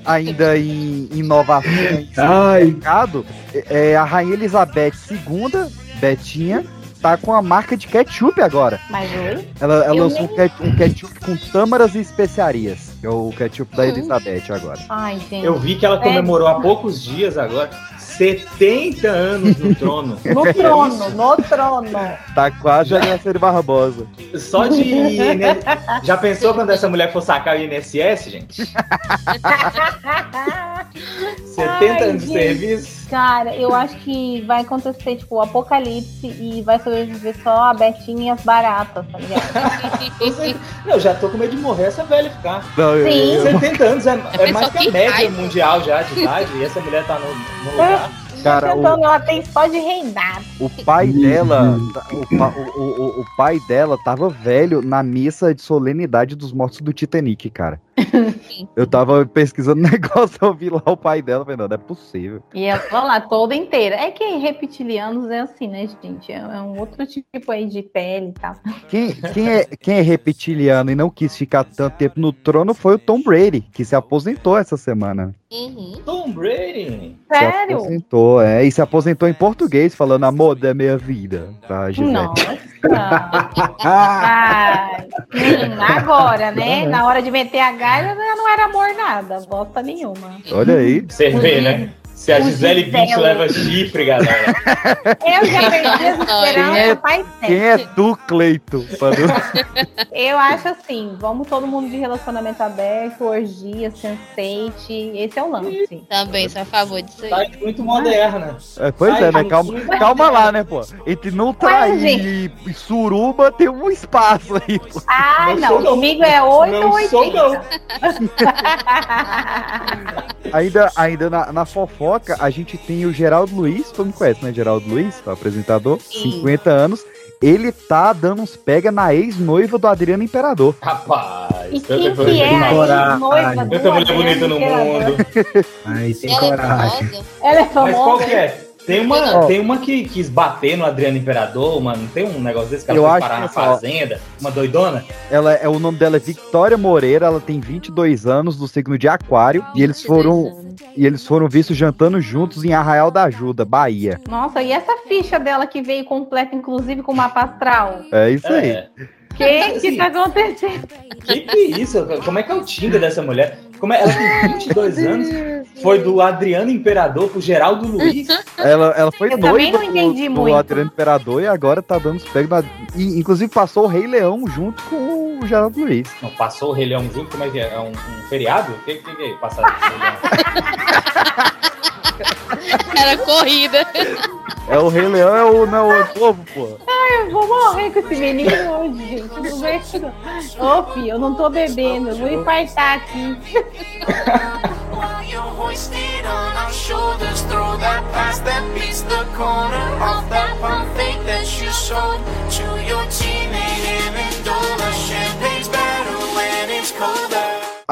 Speaker 1: Ainda em inovações
Speaker 6: Ai,
Speaker 1: mercado, é, a Rainha Elizabeth II, Betinha, tá com a marca de ketchup agora.
Speaker 3: Mas oi.
Speaker 1: Ela, ela
Speaker 3: Eu
Speaker 1: lançou um ket- um ketchup com tâmaras e especiarias. que É o ketchup da
Speaker 4: Hum.
Speaker 1: Elizabeth agora.
Speaker 3: Ai, gente.
Speaker 2: Eu vi que ela comemorou há poucos dias agora 70 anos no trono.
Speaker 3: No trono, no trono.
Speaker 1: Tá quase a Graceira Barbosa.
Speaker 2: Só de. INS... Já pensou quando essa mulher for sacar o INSS, gente? 70 anos de
Speaker 3: gente.
Speaker 2: serviço?
Speaker 3: Cara, eu acho que vai acontecer, tipo, o apocalipse e vai sobreviver só a Betinha e as baratas, tá ligado?
Speaker 2: Não, já tô com medo de morrer essa velha ficar.
Speaker 1: Não, eu-
Speaker 3: Sim.
Speaker 1: eu-
Speaker 2: 70 anos é, é
Speaker 4: pensou
Speaker 2: mais que a
Speaker 4: que
Speaker 2: média
Speaker 4: raiva.
Speaker 2: mundial já de idade e essa mulher tá no,
Speaker 1: É.
Speaker 2: no lugar.
Speaker 1: cara, o,
Speaker 3: então ela tem só de reinar.
Speaker 1: O pai dela, tá- o, pa- o- o- o- o pai dela tava velho na missa de solenidade dos mortos do Titanic, cara. Eu tava pesquisando (laughs) negócio, eu vi lá o pai dela, falei, não, não é possível.
Speaker 3: E ela vai lá toda inteira. É que reptilianos é assim, né, gente? É, é um outro tipo aí de pele e tal.
Speaker 1: Quem, quem é, quem é reptiliano e não quis ficar tanto tempo no trono foi o Tom Brady, que se aposentou essa semana.
Speaker 4: Uhum.
Speaker 2: Tom Brady.
Speaker 1: Se
Speaker 3: Sério?
Speaker 1: aposentou, é, e se aposentou em português, falando amor da minha vida, tá, Gisele?
Speaker 3: Nossa!
Speaker 6: ah,
Speaker 3: (laughs) Ai, hum, agora, né? Na hora de meter a galha, ela não era amor nada, bosta nenhuma.
Speaker 1: Olha aí.
Speaker 2: Você vê, né? Se a
Speaker 3: O
Speaker 2: Gisele Bündchen
Speaker 3: Gisele.
Speaker 2: leva chifre, galera.
Speaker 3: Eu já perdi as
Speaker 1: Quem é-
Speaker 3: esperanças faz
Speaker 1: Quem
Speaker 3: tempo.
Speaker 1: é tu, Cleito? Falou.
Speaker 3: Eu acho assim, vamos todo mundo de relacionamento aberto, orgia, sensate, esse é o lance.
Speaker 4: Também sou a favor disso aí.
Speaker 2: Tá muito moderna.
Speaker 1: (laughs) É, pois é, né? Calma, calma lá, né, pô? Entre não trair e suruba tem um espaço aí, pô.
Speaker 3: Ah,
Speaker 2: Não
Speaker 3: não,
Speaker 2: sou não.
Speaker 3: comigo é 8
Speaker 2: Não
Speaker 3: ou
Speaker 2: sou
Speaker 3: 80.
Speaker 1: Ainda, ainda na, na fofoca, a gente tem o Geraldo Luiz, todo mundo conhece, né? Geraldo Luiz, o apresentador,
Speaker 4: Sim.
Speaker 1: 50 anos. Ele tá dando uns pega na ex-noiva do Adriano Imperador.
Speaker 2: Rapaz.
Speaker 3: (laughs) E
Speaker 2: tanta
Speaker 3: quem
Speaker 2: coisa
Speaker 3: que é
Speaker 2: demais.
Speaker 3: a noiva
Speaker 6: Coragem.
Speaker 3: do
Speaker 2: Tanta mulher
Speaker 3: Adriano
Speaker 2: bonita no
Speaker 3: Imperador?
Speaker 2: mundo.
Speaker 6: ai, tem
Speaker 4: Ela é
Speaker 6: coragem.
Speaker 4: famosa.
Speaker 3: Ela é
Speaker 2: Mas qual que
Speaker 3: famosa.
Speaker 2: é? Tem uma,
Speaker 1: Ó.
Speaker 2: tem uma que quis bater no Adriano Imperador, mano. Não tem um negócio desse que ela
Speaker 1: Eu
Speaker 2: foi
Speaker 1: acho
Speaker 2: parar
Speaker 1: que
Speaker 2: na
Speaker 1: é só-
Speaker 2: fazenda? Uma doidona?
Speaker 1: Ela, é, o nome dela é Victoria Moreira, ela tem 22 anos, do signo de Aquário, e eles foram e eles foram vistos jantando juntos em Arraial da Ajuda, Bahia.
Speaker 3: Nossa, e essa ficha dela que veio completa, inclusive com o mapa astral?
Speaker 1: É isso aí.
Speaker 2: É.
Speaker 3: Que que tá acontecendo?
Speaker 2: Que que é isso? Como é que é o Tinder dessa mulher? Como é? Ela tem 22 anos, foi do Adriano Imperador pro Geraldo
Speaker 3: Uhum.
Speaker 2: Luiz.
Speaker 1: Ela, ela foi
Speaker 3: Eu também
Speaker 1: noiva
Speaker 3: não entendi
Speaker 1: do, do
Speaker 3: muito.
Speaker 1: Adriano Imperador e agora tá dando os pegos. na- E, inclusive passou o Rei Leão junto com o Geraldo Luiz.
Speaker 2: Não, passou o Rei Leão junto, como é que é? É um, um feriado? O que, que, que é passar o Rei Leão?
Speaker 4: Era corrida.
Speaker 1: É o Rei Leão, é o, não é o povo, pô.
Speaker 3: Ai, eu vou morrer com esse menino hoje, gente. Eu Não vejo, não. Ô, filho, eu não tô bebendo. Eu vou infartar aqui.
Speaker 9: While you're hoisted on our shoulders, throw that past that beats the corner of that pump fake that you sold to your teammate Amendola. Champagne's better when it's colder.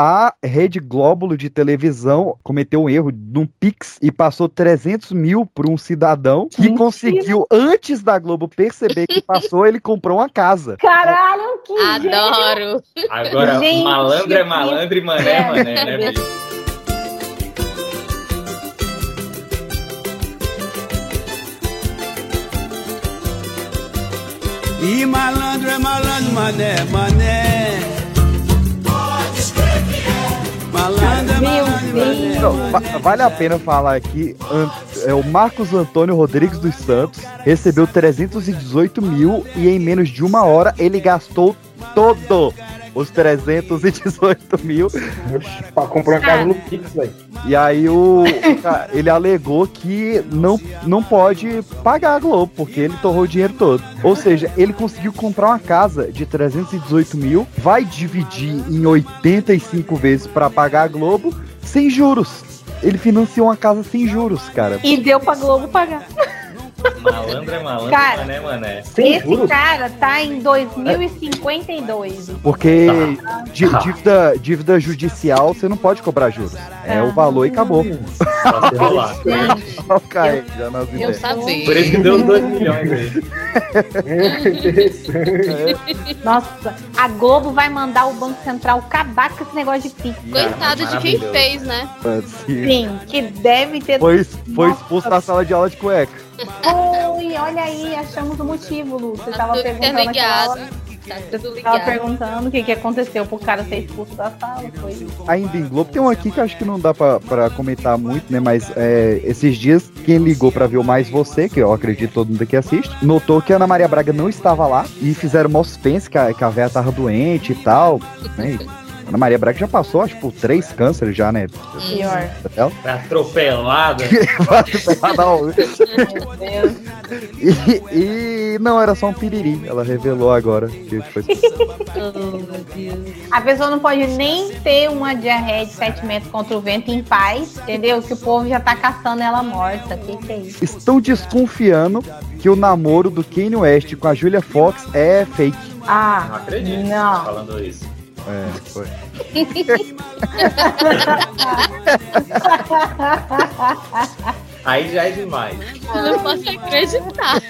Speaker 1: A Rede Glóbulo de televisão cometeu um erro num Pix e passou 300 mil para um cidadão que conseguiu, antes da Globo perceber que passou, ele comprou uma casa.
Speaker 3: Caralho, que
Speaker 4: Adoro.
Speaker 2: Agora,
Speaker 3: Gente,
Speaker 2: malandro é
Speaker 3: que-
Speaker 2: malandro e mané é mané, né,
Speaker 3: É.
Speaker 2: bicho?
Speaker 9: E malandro é malandro, mané, mané. Malandro é malandro, mané.
Speaker 1: Não, va- vale a pena falar aqui, an- é, o Marcos Antônio Rodrigues dos Santos recebeu 318 mil e em menos de uma hora ele gastou todo os 318 mil.
Speaker 6: Pra comprar
Speaker 5: Ah.
Speaker 6: uma casa no Pix, velho.
Speaker 1: E aí o, o ca- ele alegou que não, não pode pagar a Globo, porque ele torrou o dinheiro todo. Ou seja, ele conseguiu comprar uma casa de 318 mil, vai dividir em 85 vezes para pagar a Globo, sem juros. Ele financiou uma casa sem juros, cara.
Speaker 3: E deu pra Globo pagar.
Speaker 2: Malandro é malandro
Speaker 3: Cara.
Speaker 2: e mané é mané.
Speaker 6: Sem
Speaker 3: Esse
Speaker 6: juros?
Speaker 3: cara tá em 2052.
Speaker 1: Porque di- dívida, dívida judicial você não pode cobrar juros. É o valor e acabou.
Speaker 2: Só se rolar.
Speaker 3: Gente,
Speaker 1: (laughs) Ó, Caio, já nas
Speaker 4: Eu
Speaker 1: ideias.
Speaker 2: Por
Speaker 4: sabia.
Speaker 2: isso que deu os 2 milhões aí.
Speaker 3: nossa, a Globo vai mandar o Banco Central acabar com esse negócio de Pix.
Speaker 4: Coitado de quem
Speaker 2: Maravilhoso.
Speaker 4: fez, né?
Speaker 1: Assim,
Speaker 3: Sim, que deve ter.
Speaker 1: Foi, foi expulso
Speaker 3: Nossa.
Speaker 1: da sala de aula de cueca.
Speaker 3: Foi, olha aí, achamos o motivo, Lu. Você
Speaker 4: Tá
Speaker 3: tava
Speaker 4: tudo
Speaker 3: perguntando naquela
Speaker 4: interligado.
Speaker 3: hora.
Speaker 4: Tá tudo
Speaker 3: Você tava
Speaker 4: ligado.
Speaker 3: perguntando o que, que aconteceu pro cara ser expulso da sala. Foi isso.
Speaker 1: Ainda em Globo, tem um aqui que eu acho que não dá pra, pra comentar muito, né? Mas é, esses dias, quem ligou pra ver o Mais Você, que eu acredito todo mundo que assiste, notou que a Ana Maria Braga não estava lá e fizeram mó suspense que a, que a véia tava doente e tal, né? E Ana Maria Braga já passou, acho, por três cânceres já, né?
Speaker 3: pior.
Speaker 1: Ela- (laughs) um-
Speaker 2: Tá
Speaker 3: (laughs)
Speaker 2: atropelada.
Speaker 1: Não,
Speaker 3: Meu Deus.
Speaker 1: e, e não, era só um piriri. Ela revelou agora que foi
Speaker 4: Oh, meu Deus.
Speaker 3: A pessoa não pode nem ter uma diarreia de 7 metros contra o vento em paz, entendeu? Que o povo já tá caçando ela morta. Que que é isso?
Speaker 1: estão desconfiando que o namoro do Kanye West com a Julia Fox é fake.
Speaker 2: Não
Speaker 3: Ah, (laughs)
Speaker 2: acredito tá
Speaker 3: Não.
Speaker 2: falando isso.
Speaker 1: É, foi.
Speaker 2: Aí já é demais.
Speaker 4: Eu não
Speaker 3: (laughs)
Speaker 4: posso acreditar.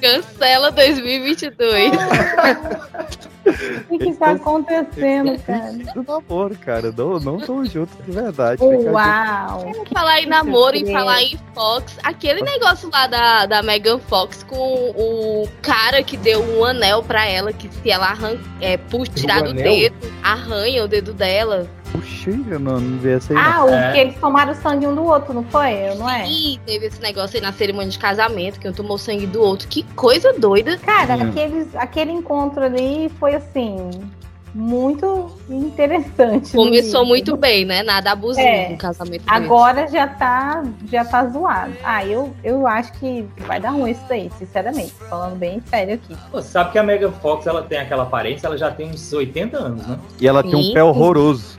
Speaker 4: Cancela 2022.
Speaker 3: o que, que tá acontecendo, cara?
Speaker 1: Do namoro, cara. Não, não tão juntos de verdade. Fica aqui.
Speaker 3: Uau!
Speaker 4: falar em namoro, em
Speaker 3: surpresa.
Speaker 4: falar em Fox, aquele negócio lá da, da Megan Fox com o cara que deu um anel pra ela, que se ela arran é, pu- tirar do
Speaker 2: anel?
Speaker 4: dedo, arranha o dedo dela.
Speaker 1: Puxa, eu não, não vi essa aí. não.
Speaker 3: Ah, o
Speaker 2: É.
Speaker 3: que eles tomaram sangue um do outro, não foi? Eu, não é?
Speaker 4: E teve esse negócio aí na cerimônia de casamento, que um tomou sangue do outro. Que coisa doida.
Speaker 3: Cara,
Speaker 1: Hum.
Speaker 3: aqueles, aquele encontro ali foi assim. Muito interessante. no
Speaker 4: Começou
Speaker 3: mínimo.
Speaker 4: muito bem, né? Nada abusivo
Speaker 3: É.
Speaker 4: um casamento. desse.
Speaker 3: Agora já tá, já tá zoado. Ah, eu, eu acho que vai dar ruim isso daí, sinceramente. Falando bem sério aqui. (laughs)
Speaker 2: Pô, você sabe que a Megan Fox ela tem aquela aparência, ela já tem uns 80 anos, né?
Speaker 1: E ela tem um pé horroroso.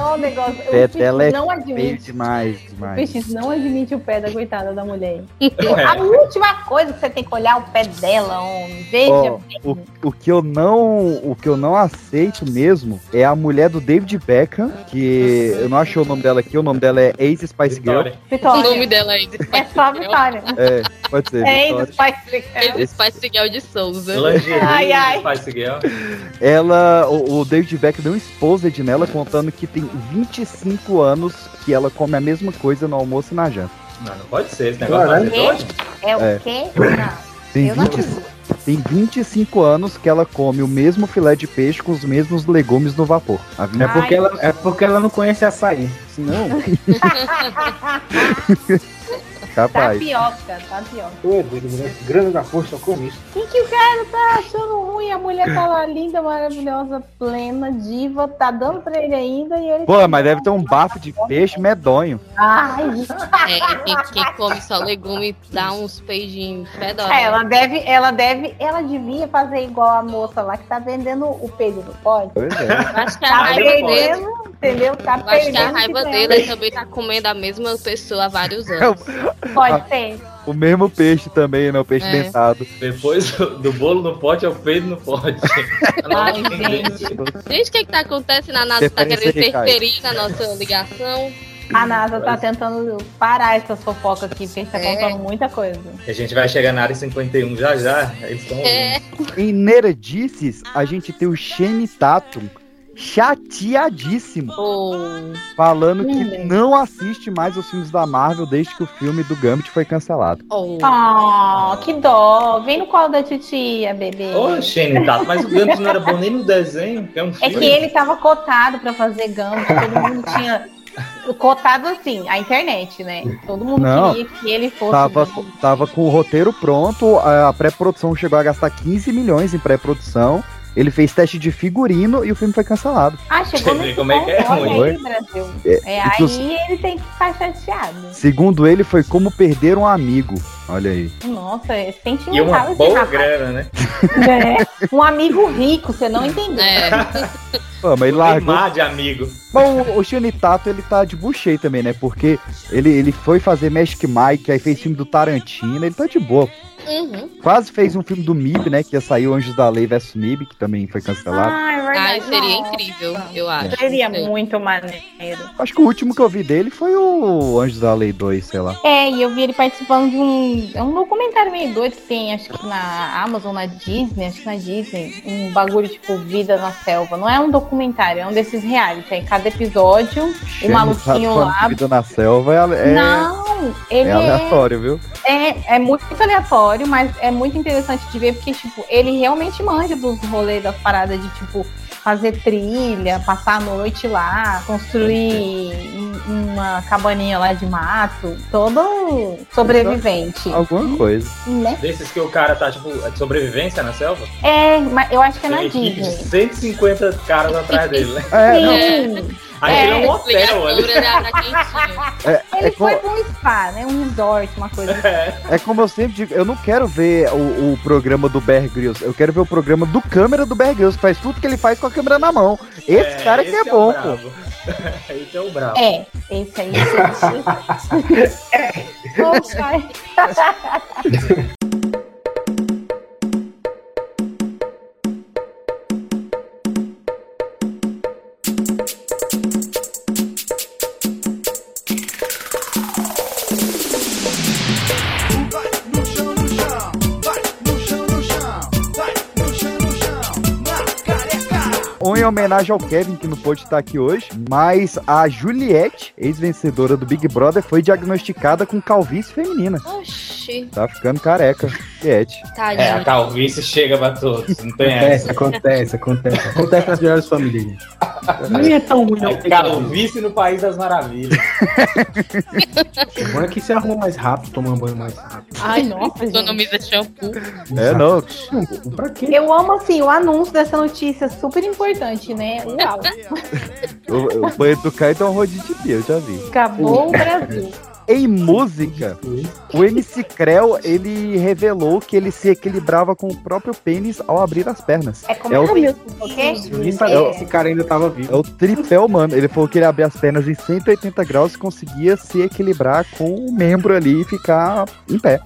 Speaker 3: Olha o negócio. O
Speaker 1: Pé
Speaker 3: Fitch
Speaker 1: dela é
Speaker 3: não
Speaker 1: Feio
Speaker 3: admite.
Speaker 1: demais,
Speaker 3: O
Speaker 1: demais.
Speaker 3: Fitch não admite o pé da coitada da mulher.
Speaker 2: É.
Speaker 3: A última coisa que você tem que olhar é o pé dela, homem. Veja.
Speaker 1: Ó, o, o que eu não, o que eu não aceito mesmo é a mulher do David Beckham, que eu não achei o nome dela aqui, o nome dela é Ace Spice Girl.
Speaker 2: Vitória.
Speaker 4: O nome
Speaker 3: Vitória.
Speaker 4: dela é Ed
Speaker 3: É só a Vitória.
Speaker 1: É, pode ser.
Speaker 3: É
Speaker 1: Vitória.
Speaker 3: isso, Spice Girl.
Speaker 4: Spice Girl de Souza.
Speaker 2: Lingerie,
Speaker 3: Ai, ai.
Speaker 2: Spice Girl.
Speaker 1: Ela, o, o David Beck deu um exposed nela contando que tem 25 anos que ela come a mesma coisa no almoço e na janta.
Speaker 2: Não, não pode ser esse negócio. Não,
Speaker 1: Caralho.
Speaker 12: É o
Speaker 1: É.
Speaker 12: quê?
Speaker 3: Ah,
Speaker 12: Não.
Speaker 1: Tem
Speaker 12: Eu não
Speaker 1: 20
Speaker 12: acredito.
Speaker 1: Tem 25 anos que ela come o mesmo filé de peixe com os mesmos legumes no vapor. Há 20
Speaker 6: É porque, ela, é porque ela não conhece açaí. Senão.
Speaker 1: Capaz.
Speaker 3: Tapioca, tapioca.
Speaker 6: Pô, Deus, moleque, grana da força, eu como isso.
Speaker 3: O que, que o cara tá achando ruim? A mulher tá lá linda, maravilhosa, plena, diva, tá dando pra ele ainda e ele.
Speaker 1: Pô, mas deve ter um bafo de peixe medonho.
Speaker 3: Ai,
Speaker 4: É, quem, quem come só legume dá uns peidinhos fedora.
Speaker 3: É, ela deve, ela deve, ela devia fazer igual a moça lá que tá vendendo o peido do pode.
Speaker 1: Pois é.
Speaker 4: Acho que a
Speaker 3: Tá
Speaker 4: raiva dele,
Speaker 3: perdendo, entendeu? Tá
Speaker 4: acho que é
Speaker 3: perdendo.
Speaker 4: a
Speaker 3: o
Speaker 4: raiva
Speaker 3: tem.
Speaker 4: dele também tá comendo a mesma pessoa há
Speaker 2: É
Speaker 4: vários anos.
Speaker 3: Pode ser.
Speaker 1: O mesmo peixe também, né? O peixe
Speaker 4: É.
Speaker 1: dentado.
Speaker 2: Depois do, do bolo no pote é o peido no pote.
Speaker 4: Ai, gente. Gente, o que que tá acontecendo? A NASA tá
Speaker 2: Referência
Speaker 4: querendo
Speaker 2: aí, Caio.
Speaker 4: interferir na nossa ligação.
Speaker 3: A NASA tá tentando parar essas fofocas aqui, porque a gente tá
Speaker 4: É.
Speaker 3: contando muita coisa.
Speaker 2: A gente vai chegar na área 51 já já. Eles estão.
Speaker 1: Em Nerdices, a gente tem o Shane Tatum chateadíssimo. Falando que não assiste mais os filmes da Marvel desde que o filme do Gambit foi cancelado.
Speaker 4: Oh.
Speaker 3: que dó. Vem no colo da titia, bebê.
Speaker 2: Ô, Shane, tá, mas o Gambit não era bom nem no desenho, que é um
Speaker 3: É
Speaker 2: filme.
Speaker 3: que ele tava cotado pra fazer Gambit, todo mundo tinha. Cotado assim, a internet, né? Todo mundo
Speaker 1: Não.
Speaker 3: queria que ele fosse.
Speaker 1: Tava, tava com o roteiro pronto, a pré-produção chegou a gastar 15 milhões em pré-produção. Ele fez teste de figurino e o filme foi cancelado.
Speaker 3: Ah, chegou
Speaker 2: Você vê
Speaker 3: nesse
Speaker 2: como é que é
Speaker 3: ponto,
Speaker 1: ruim.
Speaker 3: olha aí, Brasil.
Speaker 1: É,
Speaker 3: É,
Speaker 1: inclusive-
Speaker 3: aí ele tem que ficar chateado.
Speaker 1: Segundo ele, foi como perder um amigo. Olha aí.
Speaker 3: Nossa, é sentimental
Speaker 2: E uma
Speaker 3: esse
Speaker 2: boa
Speaker 3: rapaz.
Speaker 2: grana, né?
Speaker 3: É, um amigo rico, você não entendeu.
Speaker 4: É. né?
Speaker 1: Pô, mas ele largou.
Speaker 2: Mar de amigo.
Speaker 1: Bom, o Shinitato, ele tá de buchei também, né? Porque ele, ele foi fazer Magic Mike, aí fez filme do Tarantino, ele tá de boa.
Speaker 4: Uhum.
Speaker 1: Quase fez um filme do MIB, né? Que ia sair o Anjos da Lei versus MIB, que também foi cancelado.
Speaker 3: Ai,
Speaker 4: Ai, Ah, seria incrível, eu acho.
Speaker 3: é Seria
Speaker 4: Sei.
Speaker 3: muito maneiro.
Speaker 1: Acho que o último que eu vi dele foi o Anjos da Lei 2, sei lá.
Speaker 3: É, e eu vi ele participando de um, é um documentário meio doido que tem, acho que na Amazon, na Disney, acho que na Disney, um bagulho tipo Vida na Selva. Não é um documentário, é um desses reality. Aí cada episódio, o maluquinho
Speaker 1: Shinitato falando que
Speaker 3: lá.
Speaker 1: Vida na selva é, é,
Speaker 3: Não,
Speaker 1: é
Speaker 3: ele é
Speaker 1: aleatório, viu?
Speaker 3: É, é muito aleatório, mas é muito interessante de ver, porque, tipo, ele realmente manja dos rolês das paradas de, tipo, fazer trilha, passar a noite lá, construir um- uma cabaninha lá de mato, todo sobrevivente.
Speaker 1: Alguma coisa.
Speaker 3: Né?
Speaker 2: Desses que o cara tá, tipo, é de sobrevivência na selva?
Speaker 3: É, mas eu acho que é na
Speaker 2: Tem uma equipe de
Speaker 3: Disney.
Speaker 2: 150 caras atrás dele, né?
Speaker 3: Sim.
Speaker 2: Aí
Speaker 3: É.
Speaker 2: ele é um hotel ali.
Speaker 1: É,
Speaker 3: Ele
Speaker 1: é
Speaker 3: foi
Speaker 1: co-
Speaker 3: pra um spa, né? Um resort, uma coisa assim.
Speaker 1: É como eu sempre digo, eu não quero ver o, o programa do Bear Grylls, eu quero ver o programa do câmera do Bear Grylls, que faz tudo que ele faz com a câmera na mão. Esse cara que
Speaker 2: esse
Speaker 1: é, bom,
Speaker 2: o
Speaker 1: pô.
Speaker 2: brabo. (laughs) Esse é o brabo.
Speaker 3: É, esse aí. é
Speaker 1: (laughs)
Speaker 3: Opa.
Speaker 1: Um em homenagem ao Kevin, que não pôde estar aqui hoje, mas a Juliette, ex-vencedora do Big Brother, foi diagnosticada com calvície feminina.
Speaker 4: Oxi.
Speaker 1: Tá ficando careca, Juliette.
Speaker 4: Tadinho.
Speaker 2: É, a calvície chega pra todos, não tem
Speaker 6: Acontece,
Speaker 2: essa.
Speaker 6: É, acontece, acontece. Acontece nas melhores famílias. Nem é tão ruim, não.
Speaker 2: É calvície no País das Maravilhas.
Speaker 6: O bom é que se arruma mais rápido, toma um banho mais rápido.
Speaker 3: Ai, nossa,
Speaker 4: Economiza shampoo.
Speaker 1: É, não.
Speaker 3: Eu amo assim o anúncio dessa notícia, super importante, né? Uau,
Speaker 1: O, o banheiro do Caio tem um rodinho de pia, eu já vi.
Speaker 3: acabou o Brasil.
Speaker 1: Em música, o MC Creu, ele revelou que ele se equilibrava com o próprio pênis ao abrir as pernas.
Speaker 6: é
Speaker 1: o,
Speaker 6: Eu nem sabia que esse cara ainda tava vivo.
Speaker 1: é o tripé humano. Ele falou que ele abria as pernas em 180 graus e conseguia se equilibrar com o membro ali e ficar em pé.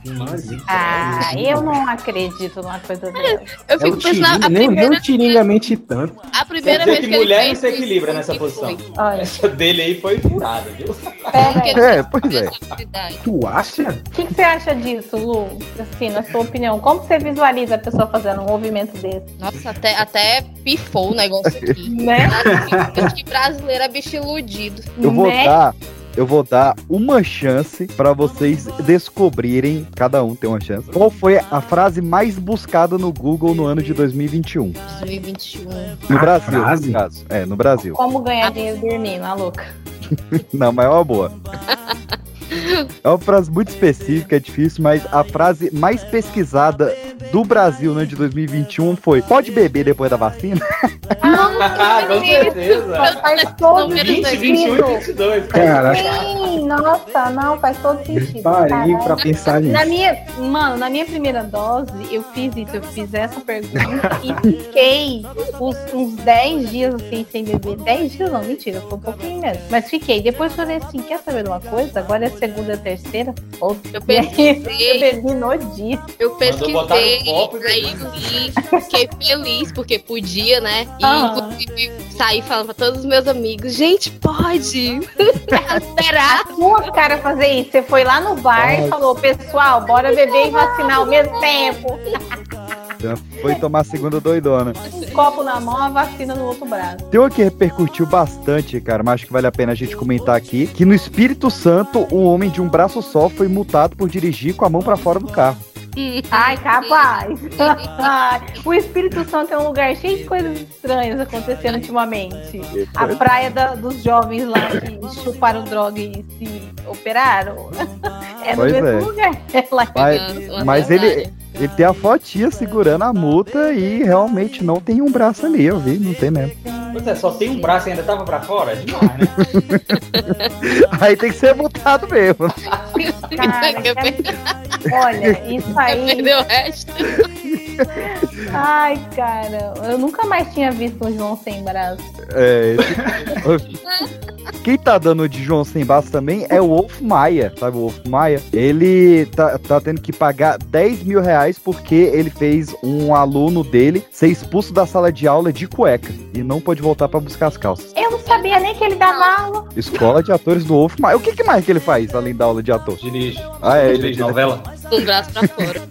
Speaker 3: Ah, eu não acredito numa coisa dessa.
Speaker 1: É
Speaker 4: Eu fico pensando, a primeira,
Speaker 6: tiringamente tanto.
Speaker 4: a primeira
Speaker 2: Quer dizer
Speaker 4: vez que
Speaker 2: que
Speaker 4: ele
Speaker 2: mulher não
Speaker 4: fez
Speaker 2: se
Speaker 4: isso, tipo,
Speaker 2: equilibra nessa
Speaker 4: que
Speaker 2: posição.
Speaker 4: foi?
Speaker 3: Olha,
Speaker 2: Essa dele aí foi furada, viu?
Speaker 1: É, pois é.
Speaker 6: Tu acha?
Speaker 3: o que, que você acha disso, Lu? Assim, na sua opinião, como você visualiza a pessoa fazendo um movimento desse?
Speaker 4: Nossa, até, até
Speaker 1: (laughs)
Speaker 4: pifou o negócio aqui.
Speaker 3: Né?
Speaker 4: Acho que brasileiro é bicho iludido.
Speaker 1: Eu vou
Speaker 4: Né?
Speaker 1: dar, eu vou dar uma chance pra vocês descobrirem, cada um tem uma chance, qual foi a frase mais buscada no Google no ano de 2021.
Speaker 4: 2021.
Speaker 1: No Brasil, no caso. É, no Brasil.
Speaker 3: Como ganhar dinheiro dormindo, a louca.
Speaker 1: Não, mas é uma boa. É uma frase muito específica, é difícil, mas a frase mais pesquisada do Brasil no ano de 2021 foi: pode beber depois da vacina? (laughs)
Speaker 3: Ah,
Speaker 2: com certeza.
Speaker 3: (laughs) Faz todo
Speaker 2: 20,
Speaker 3: sentido.
Speaker 2: 21, 22.
Speaker 6: Caraca.
Speaker 3: Sim, nossa, não, faz todo sentido.
Speaker 6: Parei
Speaker 3: cara.
Speaker 6: tá pra pensar
Speaker 3: Na
Speaker 6: nisso.
Speaker 3: minha, mano, na minha primeira dose, eu fiz isso, eu fiz essa pergunta e fiquei uns, uns 10 dias assim sem beber. 10 dias não, mentira, foi um pouquinho menos. Mas fiquei. Depois falei assim, quer saber de uma coisa? Agora é segunda, terceira. Ou
Speaker 4: Eu
Speaker 3: e aí, (laughs) eu
Speaker 4: pesquisei,
Speaker 3: bebi no dia.
Speaker 4: eu
Speaker 2: botar
Speaker 4: pesquisei,
Speaker 2: no copo e
Speaker 4: aí li, fiquei feliz porque podia, né? E
Speaker 3: Ah.
Speaker 4: inclusive saí falando pra todos os meus amigos, gente, pode! Será?
Speaker 3: A sua cara fazer isso. Você foi lá no bar e falou, pessoal, bora beber e vacinar ao mesmo tempo.
Speaker 1: Já foi tomar a segunda doidona.
Speaker 3: Copo na mão, a vacina no outro braço.
Speaker 1: Tem uma que repercutiu bastante, cara, mas acho que vale a pena a gente comentar aqui: que no Espírito Santo, um homem de um braço só foi multado por dirigir com a mão pra fora do carro.
Speaker 3: Ai, tá capaz! (laughs) o Espírito Santo é um lugar cheio de coisas estranhas acontecendo ultimamente. A praia da- dos jovens lá que chuparam droga e se
Speaker 1: (laughs)
Speaker 3: operaram. É no
Speaker 1: Pois
Speaker 3: mesmo
Speaker 1: é.
Speaker 3: lugar. (laughs) É lá.
Speaker 1: Mas, mas ele, ele tem a fotinha segurando a multa e realmente não tem um braço ali, eu vi, não tem mesmo. (laughs)
Speaker 2: Pois é, só tem um braço e ainda tava pra fora? É demais, né?
Speaker 1: Aí tem que ser multado mesmo.
Speaker 3: Cara,
Speaker 4: Que
Speaker 3: olha, isso
Speaker 1: (laughs)
Speaker 3: aí.
Speaker 4: Perdeu o resto.
Speaker 3: Ai, cara, eu nunca mais tinha visto um João sem braço.
Speaker 1: É, esse- Quem tá dando de João sem braço também é o Wolf Maia, sabe? O Wolf Maia. Ele tá, tá tendo que pagar 10 mil reais porque ele fez um aluno dele ser expulso da sala de aula de cueca e não pôde voltar pra buscar as calças.
Speaker 3: Eu não sabia nem que ele dava aula.
Speaker 1: Escola de atores do Wolf Maia. O que, que mais que ele faz além da aula de ator?
Speaker 2: Dirige.
Speaker 1: Ah, é, ele
Speaker 2: Dirige novela.
Speaker 4: Com o braço pra fora.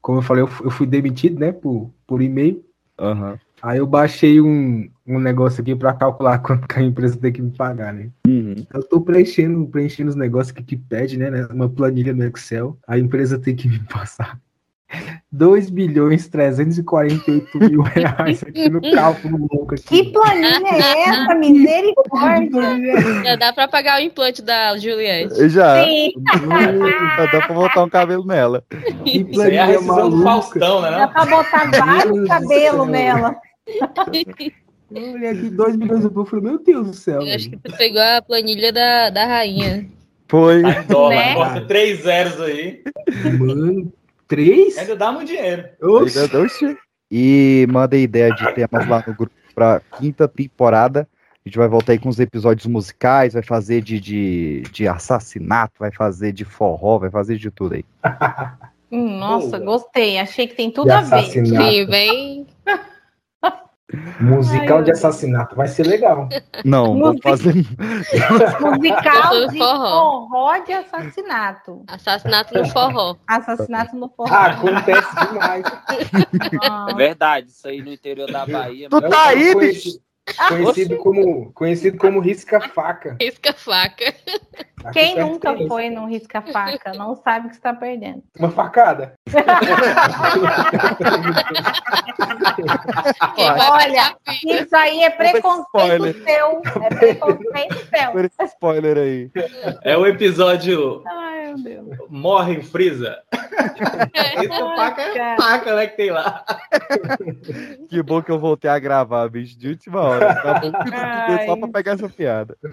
Speaker 6: Como eu falei, eu fu- eu fui demitido, né, por, por e-mail.
Speaker 1: Aham.
Speaker 6: Aí eu baixei um, um negócio aqui pra calcular (laughs) quanto que a empresa tem que me pagar, né?
Speaker 1: Uhum.
Speaker 6: Eu tô preenchendo, preenchendo os negócios que, que pede, né, né? Uma planilha no Excel. A empresa tem que me (laughs) passar 2 bilhões 348 mil reais
Speaker 3: (laughs)
Speaker 6: aqui no cálculo louco
Speaker 3: Que
Speaker 6: aqui.
Speaker 3: planilha é essa?
Speaker 6: (laughs)
Speaker 3: Misericórdia!
Speaker 4: Já dá pra pagar o implante da Juliette.
Speaker 1: Já.
Speaker 3: Sim,
Speaker 1: Dá pra botar um cabelo nela.
Speaker 6: Que
Speaker 2: Isso aí é a
Speaker 6: planilha
Speaker 2: rescisão do
Speaker 6: maluca.
Speaker 2: Faustão, né?
Speaker 3: dá
Speaker 2: Não?
Speaker 3: pra botar vários
Speaker 6: Deus do
Speaker 3: cabelos
Speaker 6: céu.
Speaker 3: nela.
Speaker 6: Eu olhei aqui 2 bilhões e pouco, eu falei, meu Deus do céu.
Speaker 4: Eu acho
Speaker 6: velho.
Speaker 4: que tu pegou a planilha da, da rainha.
Speaker 1: Foi.
Speaker 2: Tá em dólar,
Speaker 3: Né?
Speaker 2: corta três zeros aí.
Speaker 6: Mano, 3?
Speaker 2: Ainda dá muito dinheiro.
Speaker 1: Ainda deu sim. E manda ideia de temas lá no grupo pra quinta temporada. A gente vai voltar aí com os episódios musicais, vai fazer de, de, de assassinato, vai fazer de forró, vai fazer de tudo aí.
Speaker 3: Hum, Nossa,
Speaker 2: Boa.
Speaker 3: gostei. Achei que tem tudo a ver.
Speaker 4: Sim, bem.
Speaker 6: Musical
Speaker 3: Ai,
Speaker 6: de
Speaker 3: eu-
Speaker 6: assassinato. Vai ser legal.
Speaker 1: Não, vou
Speaker 3: Música.
Speaker 1: fazer.
Speaker 3: Musical de
Speaker 4: Forró.
Speaker 3: (laughs) forró de assassinato.
Speaker 4: Assassinato no forró.
Speaker 3: Assassinato no
Speaker 1: Ah,
Speaker 3: forró.
Speaker 6: Ah, Acontece demais.
Speaker 5: É
Speaker 6: (laughs)
Speaker 3: Ah,
Speaker 5: verdade, isso aí no interior da Bahia.
Speaker 1: Tu
Speaker 5: mano.
Speaker 1: tá aí, bicho?
Speaker 6: um Conhecido- Conhecido como, conhecido como risca-faca.
Speaker 4: Risca a faca.
Speaker 6: Aqui
Speaker 3: Quem
Speaker 6: perto
Speaker 3: nunca
Speaker 6: tem
Speaker 3: foi num risca-faca não sabe o que está perdendo.
Speaker 6: Uma facada.
Speaker 4: Quem vai
Speaker 3: Olha,
Speaker 4: pagar a vida?
Speaker 3: Isso aí é preconceito
Speaker 1: Spoiler.
Speaker 3: seu. É preconceito seu.
Speaker 1: (laughs) Spoiler aí.
Speaker 2: É o episódio
Speaker 3: Ai, meu Deus.
Speaker 2: Morre em Freeza. Isso paca é
Speaker 3: Cara.
Speaker 2: paca, né, que tem lá.
Speaker 1: Que bom que eu voltei a gravar, bicho, de última hora. Tá bom que eu fiquei só pra pegar essa piada.